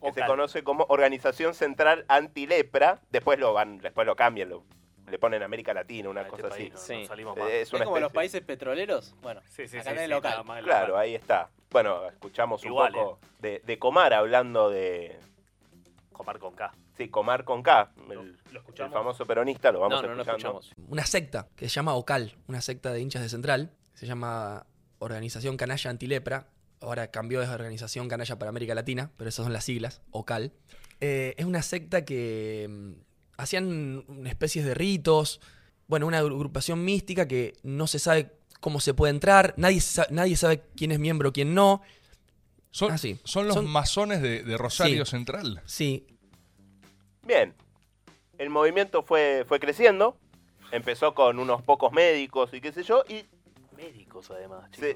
M: que se conoce como Organización Central Antilepra. Después lo van, después lo cambian, lo- le ponen América Latina, una cosa así. Eh,
K: Es,
M: Es una
K: como los
M: especie-
K: países petroleros. Bueno, acá en el local.
M: Claro, ahí está. Bueno, escuchamos un
K: Igual,
M: poco de, de Comar hablando de.
Q: Comar con K.
M: Sí, Comar con K. El, el famoso peronista, lo vamos
J: No, no, no
M: escuchando.
J: escuchamos.
W: una secta que se llama OCAL, una secta de hinchas de Central, se llama Organización Canalla Antilepra, ahora cambió de Organización Canalla para América Latina, pero esas son las siglas, OCAL. Eh, es una secta que mm, hacían una especies de ritos, bueno, una agrupación mística que no se sabe cómo se puede entrar, nadie, sa- nadie sabe quién es miembro, quién no.
X: Son,
W: Así.
X: son los
W: Ah, Son-
X: masones de, de Rosario
W: Sí.
X: Central.
W: Sí,
M: Bien. El movimiento fue, fue creciendo. Empezó con unos pocos médicos y qué sé yo. Y
Q: Médicos, además, chicos.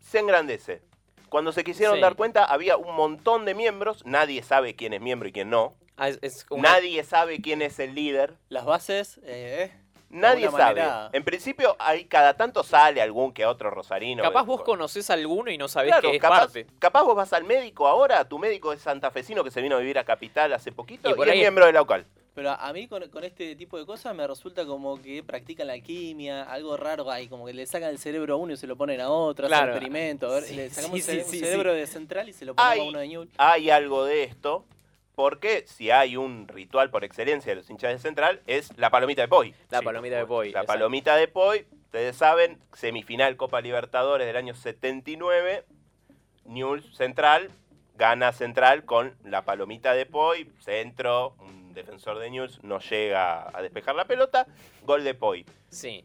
M: se, se engrandece. Cuando se quisieron
Q: Sí.
M: dar cuenta, había un montón de miembros. Nadie sabe quién es miembro y quién no.
J: Ah, es- es como-
M: Nadie sabe quién es el líder.
K: Las bases.
M: Nadie
J: alguna
M: sabe.
J: manera-
M: En principio, hay, cada tanto sale algún que otro rosarino.
J: Capaz
M: eh,
J: vos conocés a alguno y no sabés
M: Claro,
J: que es
M: capaz,
J: parte.
M: capaz vos vas al médico ahora, tu médico es santafesino que se vino a vivir a Capital hace poquito
J: Y
M: y,
J: por
M: es
J: ahí-
M: miembro de la UCAL.
K: Pero a mí con, con este tipo de cosas me resulta como que practican la alquimia, algo raro ahí, como que le sacan el cerebro a uno y se lo ponen a otro, hacen
M: Claro.
K: experimentos, a ver,
M: Sí,
K: le sacamos
M: sí,
K: un, cere-
M: sí,
K: un
M: sí,
K: cerebro
M: sí.
K: de central y se lo ponemos
M: Ay.
K: a uno de Newell.
M: Hay algo de esto, porque si hay un ritual por excelencia de los hinchas de Central, es la palomita de Poi.
J: La palomita de Poi.
M: La palomita de Poi, ustedes saben, semifinal Copa Libertadores del año 79, News Central, gana Central con la palomita de Poi, centro, un defensor de News no llega a despejar la pelota, gol de Poi.
J: Sí.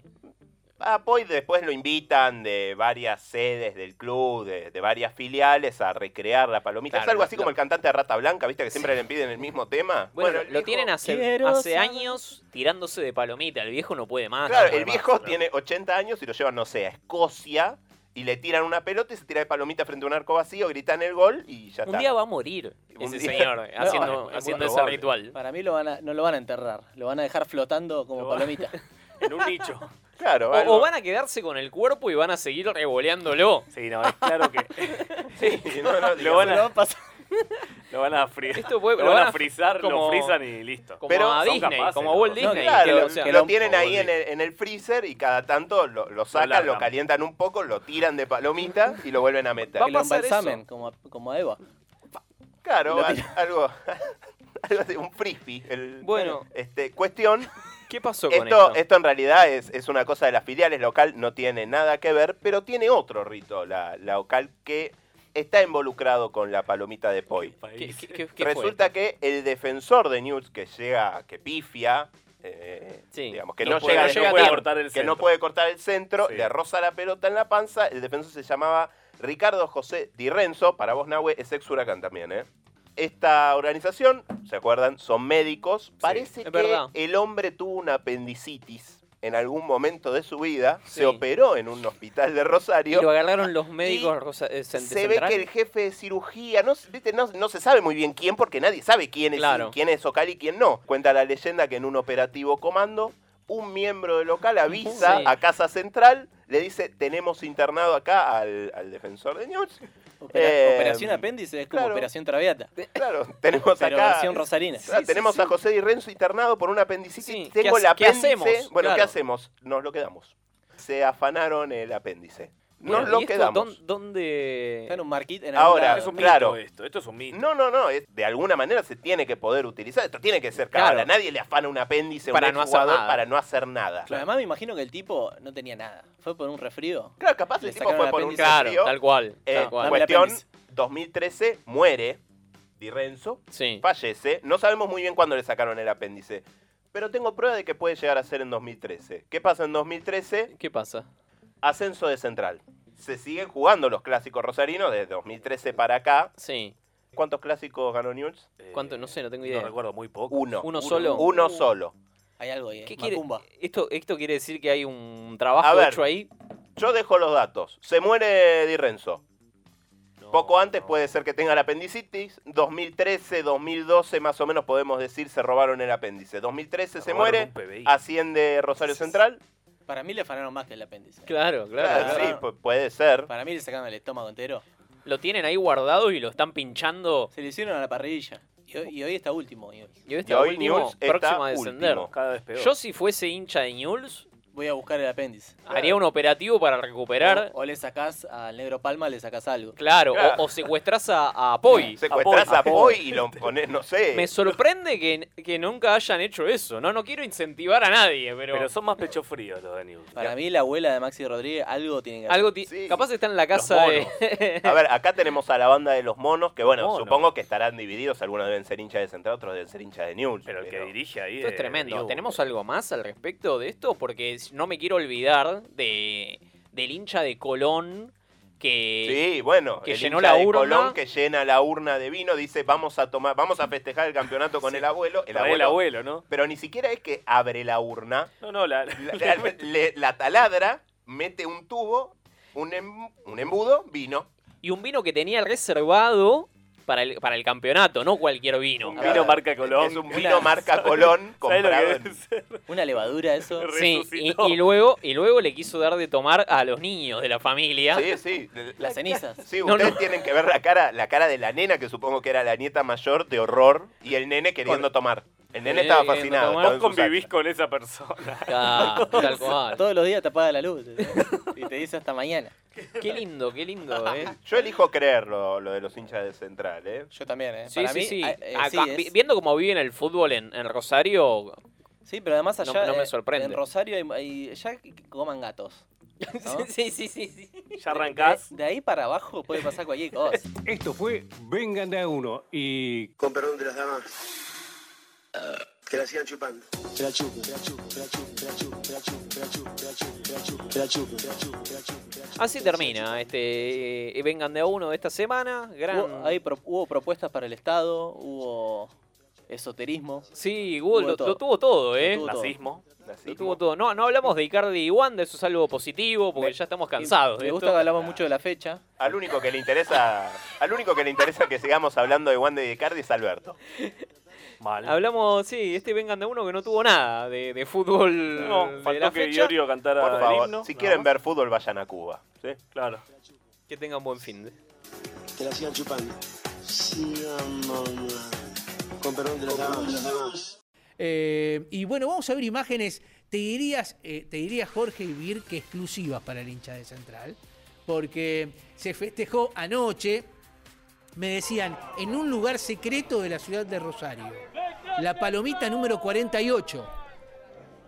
M: A Poi Ah, después lo invitan de varias sedes del club, de, de varias filiales, a recrear la palomita. es
J: Claro,
M: algo
J: lo-
M: así como el cantante de Rata Blanca, ¿viste? Que siempre le piden el mismo tema.
J: Bueno,
M: el
J: lo
M: viejo-
J: tienen hace,
M: Quiero
J: hace
M: saber-
J: años tirándose de palomita. El viejo no puede más.
M: Claro,
J: no puede
M: el
J: más.
M: viejo tiene 80 años y lo llevan, no sé, a Escocia y le tiran una pelota y se tira de palomita frente a un arco vacío, gritan el gol y ya está.
J: Un día va a morir
M: Un
J: ese
M: día-
J: señor
M: (laughs) No,
J: haciendo,
M: es muy
J: haciendo ese
M: probable.
J: ritual.
K: Para mí lo van a- no lo van a enterrar, lo van a dejar flotando como palomita.
Q: en un nicho.
M: Claro,
J: O, o van a quedarse con el cuerpo y van a seguir revoleándolo.
Q: Sí, no, es claro que.
M: sí, no, no,
Q: lo van
J: Lo
Q: a.
J: van a pasar-
Q: Lo van a frizar.
J: Esto puede-
Q: lo,
J: lo
Q: van
J: van
Q: a
J: a-
Q: frizar,
J: como-
Q: lo frizan y listo.
J: como Pero- a
M: son
J: Disney,
M: capaces,
J: como
M: ¿no?
J: Walt
M: No,
J: Disney,
M: claro,
J: que lo-
M: lo,
J: o sea,
M: que
J: lo-
M: lo tienen
J: como
M: ahí
J: Walt
M: en el, en el freezer y cada tanto lo, lo sacan, lo,
K: largan.
M: calientan un poco, lo tiran de palomita y lo vuelven a meter.
K: que lo embalsamen, como, a- como a Eva.
M: Claro,
K: Lo
M: al-
K: tiran.
M: algo, (laughs) algo de un frisbee. el-
J: Bueno.
M: este, cuestión.
J: ¿Qué pasó
M: esto,
J: con esto?
M: esto en realidad es, es una cosa de las filiales local, no tiene nada que ver, pero tiene otro rito, la, la local, que está involucrado con la palomita de Poi.
J: ¿Qué- qué- qué- qué fue
M: Resulta que el defensor de News que llega, que pifia, eh, digamos, que
Q: No
M: no,
Q: puede-
M: llega,
Q: no
M: a
Q: llega a
M: tiempo,
Q: cortar el
M: que
Q: centro.
M: no puede cortar el centro,
Q: Sí.
M: le roza la pelota en la panza, el defensor se llamaba Ricardo José Di Renzo, para vos Nahue es ex huracán también, ¿eh? Esta organización, ¿se acuerdan? Son médicos. Parece
J: es
M: que
J: verdad.
M: el hombre tuvo una apendicitis en algún momento de su vida,
J: Sí.
M: se operó en un hospital de Rosario.
J: Y lo agarraron los médicos rosa- eh, cent-
M: Se ve
J: central.
M: que el jefe de cirugía, no, se- viste, no- no se sabe muy bien quién, porque nadie sabe quién es,
J: Claro.
M: quién es Ocal y quién no. Cuenta la leyenda que en un operativo comando, un miembro del local avisa
J: Sí.
M: a Casa Central, le dice, tenemos internado acá al, al defensor de News.
K: Opera-
M: Eh,
K: operación apéndice es como
M: claro.
K: operación traviata.
M: Claro, (laughs) tenemos
K: Pero
M: acá.
K: versión rosarina.
M: Claro,
K: Sí, sí,
M: tenemos
K: sí.
M: a José Di Renzo internado por una apendicitis.
J: Sí, ¿qué
M: Tengo
J: hace-
M: el
J: qué
M: apéndice.
J: hacemos?
M: Bueno, ¿qué
J: Claro.
M: hacemos? Nos lo quedamos. Se afanaron el apéndice. Nos
J: Bueno,
M: lo
J: ¿y esto
M: quedamos.
J: dón- ¿Dónde?
K: Está en un marquito. En algún
M: Ahora,
K: lado.
M: claro.
Q: Esto, esto es un mito.
M: No, no, no. es- de alguna manera se tiene que poder utilizar. Esto tiene que ser
J: Claro.
M: cábala. Nadie le afana un apéndice
J: Para
M: a un
J: no hacer
M: exjugador
J: nada.
M: para no hacer nada.
K: Pero además me imagino que el tipo no tenía nada. Fue por un resfrío.
M: Claro, capaz
K: Le
M: el tipo
K: sacaron
M: fue
K: el
M: por un
K: apéndice.
M: Claro, resfrío.
J: Tal cual.
M: Eh,
J: tal cual.
M: cuestión, 2013 muere Di Renzo, fallece. No sabemos muy bien cuándo le sacaron el apéndice, pero tengo prueba de que puede llegar a ser en 2013. ¿Qué pasa en 2013?
J: ¿Qué pasa?
M: Ascenso de Central. Se siguen jugando los clásicos rosarinos desde 2013 para acá.
J: Sí.
M: ¿Cuántos clásicos ganó News?
J: ¿Cuánto? No sé, no tengo idea.
Q: recuerdo, muy poco.
M: Uno.
J: ¿Uno solo? Uh.
M: Uno solo.
K: Hay algo ahí. eh.
J: ¿Qué quiere?
K: Macumba.
J: Esto, esto quiere decir que hay un trabajo
M: A ver.
J: hecho ahí.
M: Yo dejo los datos. Se muere Di Renzo. Poco antes puede ser que tenga la apendicitis. 2013, 2012 más o menos podemos decir se robaron el apéndice. 2013 se
K: robaron
M: muere,
K: un PBI.
M: asciende Rosario Central.
K: Para mí le afanaron más que el apéndice.
J: Claro,
M: Ah,
J: claro.
M: sí, pu- puede ser.
K: Para mí le sacaron el estómago entero.
J: Lo tienen ahí guardado y lo están pinchando.
K: Se le hicieron a la parrilla. Y hoy, y hoy está último. Newell's.
J: Y hoy
M: Y
J: está
M: hoy
J: último,
M: Newell's está
J: próximo a descender.
M: último,
Q: cada vez peor.
J: Yo si fuese hincha de Newell's,
K: Voy a buscar el apéndice.
J: haría un operativo para recuperar.
K: O, o le sacás al negro Palma, le sacás algo.
J: Claro,
K: Claro.
J: O, o secuestras a, a Poi.
M: Secuestras a Poi y lo pones, Eh, no sé.
J: Me sorprende que, que nunca hayan hecho eso. No, no quiero incentivar a nadie, pero.
Q: Pero son más pecho frío los de News.
K: Para mí la abuela de Maxi Rodríguez algo tiene que hacer.
J: Algo ti- capaz está en la casa
M: Los
J: de.
M: A ver, acá tenemos a la banda de los monos, que bueno,
J: Monos.
M: supongo que estarán divididos. Algunos deben ser hinchas de Central, otros deben ser hinchas de News.
J: (laughs)
M: Pero
Q: el que dirige ahí
J: Esto es tremendo. ¿Tenemos algo más al respecto de esto? Porque no me quiero olvidar de del hincha de Colón que.
M: Sí, bueno,
J: que
M: el
J: llenó
M: hincha
J: la
M: de
J: urna.
M: Colón que llena la urna de vino, dice, vamos a tomar, vamos a festejar el campeonato con el abuelo, el
Q: Para
M: abuelo,
Q: el abuelo, ¿no?
M: Pero ni siquiera es que abre la urna,
Q: No, no, la.
M: la, la- le- la taladra, mete un tubo, un, em- un embudo, vino.
J: Y un vino que tenía reservado para el, para el campeonato, no cualquier vino.
Q: Un vino marca Colón. Es un vino marca Colón comprado en-
J: Una levadura eso. Sí, y,
K: Resucitó.
J: y luego, y luego le quiso dar de tomar a los niños de la familia.
M: Sí, sí.
J: Las cenizas.
M: Sí,
J: No,
M: ustedes
J: no.
M: tienen que ver la cara, la cara de la nena, que supongo que era la nieta mayor de horror, y el nene queriendo tomar. El nene estaba fascinado. estaba
Q: Vos
M: en su
Q: convivís con esa persona.
K: Todos los días te apaga la luz. ¿eh? Y te dice hasta mañana.
J: Qué lindo, qué lindo, ¿eh?
M: Yo elijo creerlo, lo de los hinchas de Central, ¿eh?
K: Yo también, ¿eh?
J: Sí,
K: Para
J: sí,
K: mí,
J: sí.
K: ah, eh,
J: Acá,
K: sí, es-
J: vi- Viendo cómo viven el fútbol en, en Rosario,
K: Sí, pero además
J: No-
K: allá
J: no me
K: eh,
J: sorprende.
K: en Rosario hay, hay- ya que coman gatos.
J: (laughs) sí, sí, sí,
K: Ya arrancás. De, de ahí para abajo puede pasar cualquier cosa.
B: Esto fue Vengan de a uno y.
N: Con perdón de las damas. Que la sigan chupando. Que la chupen, que la chupen, que la chupen, que la chupen, que la chupen, que la chupen, que la chupen, que la chupen, que la chupen, que la chupen, que la chupen, que la
J: (laughs)
N: chupen.
J: Así termina este eh, Vengan de a uno de esta semana. Gran...
K: Hubo, hay pro- hubo propuestas para el Estado, hubo esoterismo.
J: Sí, Hugo lo, lo tuvo todo, ¿eh? Lo tuvo todo. No, no hablamos de Icardi y Wanda, eso es algo positivo, porque ya estamos cansados.
K: Me gusta que hablamos mucho de la fecha.
M: Al único que le interesa, al único que le interesa que sigamos hablando de Wanda y de Cardi es Alberto.
J: Hablamos, sí, este Vengan de a uno que no tuvo nada de, de fútbol.
Q: No,
J: de
Q: faltó
J: la
Q: que
J: fecha.
Q: Iorio cantara
M: Por favor,
Q: el himno.
M: si quieren ver fútbol, vayan a Cuba.
Q: Sí, claro.
J: Que tengan buen fin de.
N: Que la sigan chupando. Sí, mamá. Con perdón de las damas.
C: Eh, y bueno, vamos a ver imágenes, te dirías, eh, te diría Jorge y Vir que exclusivas para el hincha de Central, porque se festejó anoche, me decían, en un lugar secreto de la ciudad de Rosario, la palomita número 48.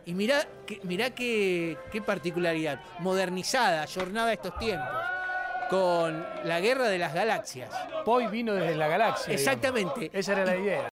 C: Y mirá, que- mirá qué, qué particularidad, modernizada, jornada a estos tiempos, con la guerra de las galaxias.
D: Poi vino desde la galaxia. digamos.
C: Exactamente.
D: Esa era la
C: Y-
D: idea.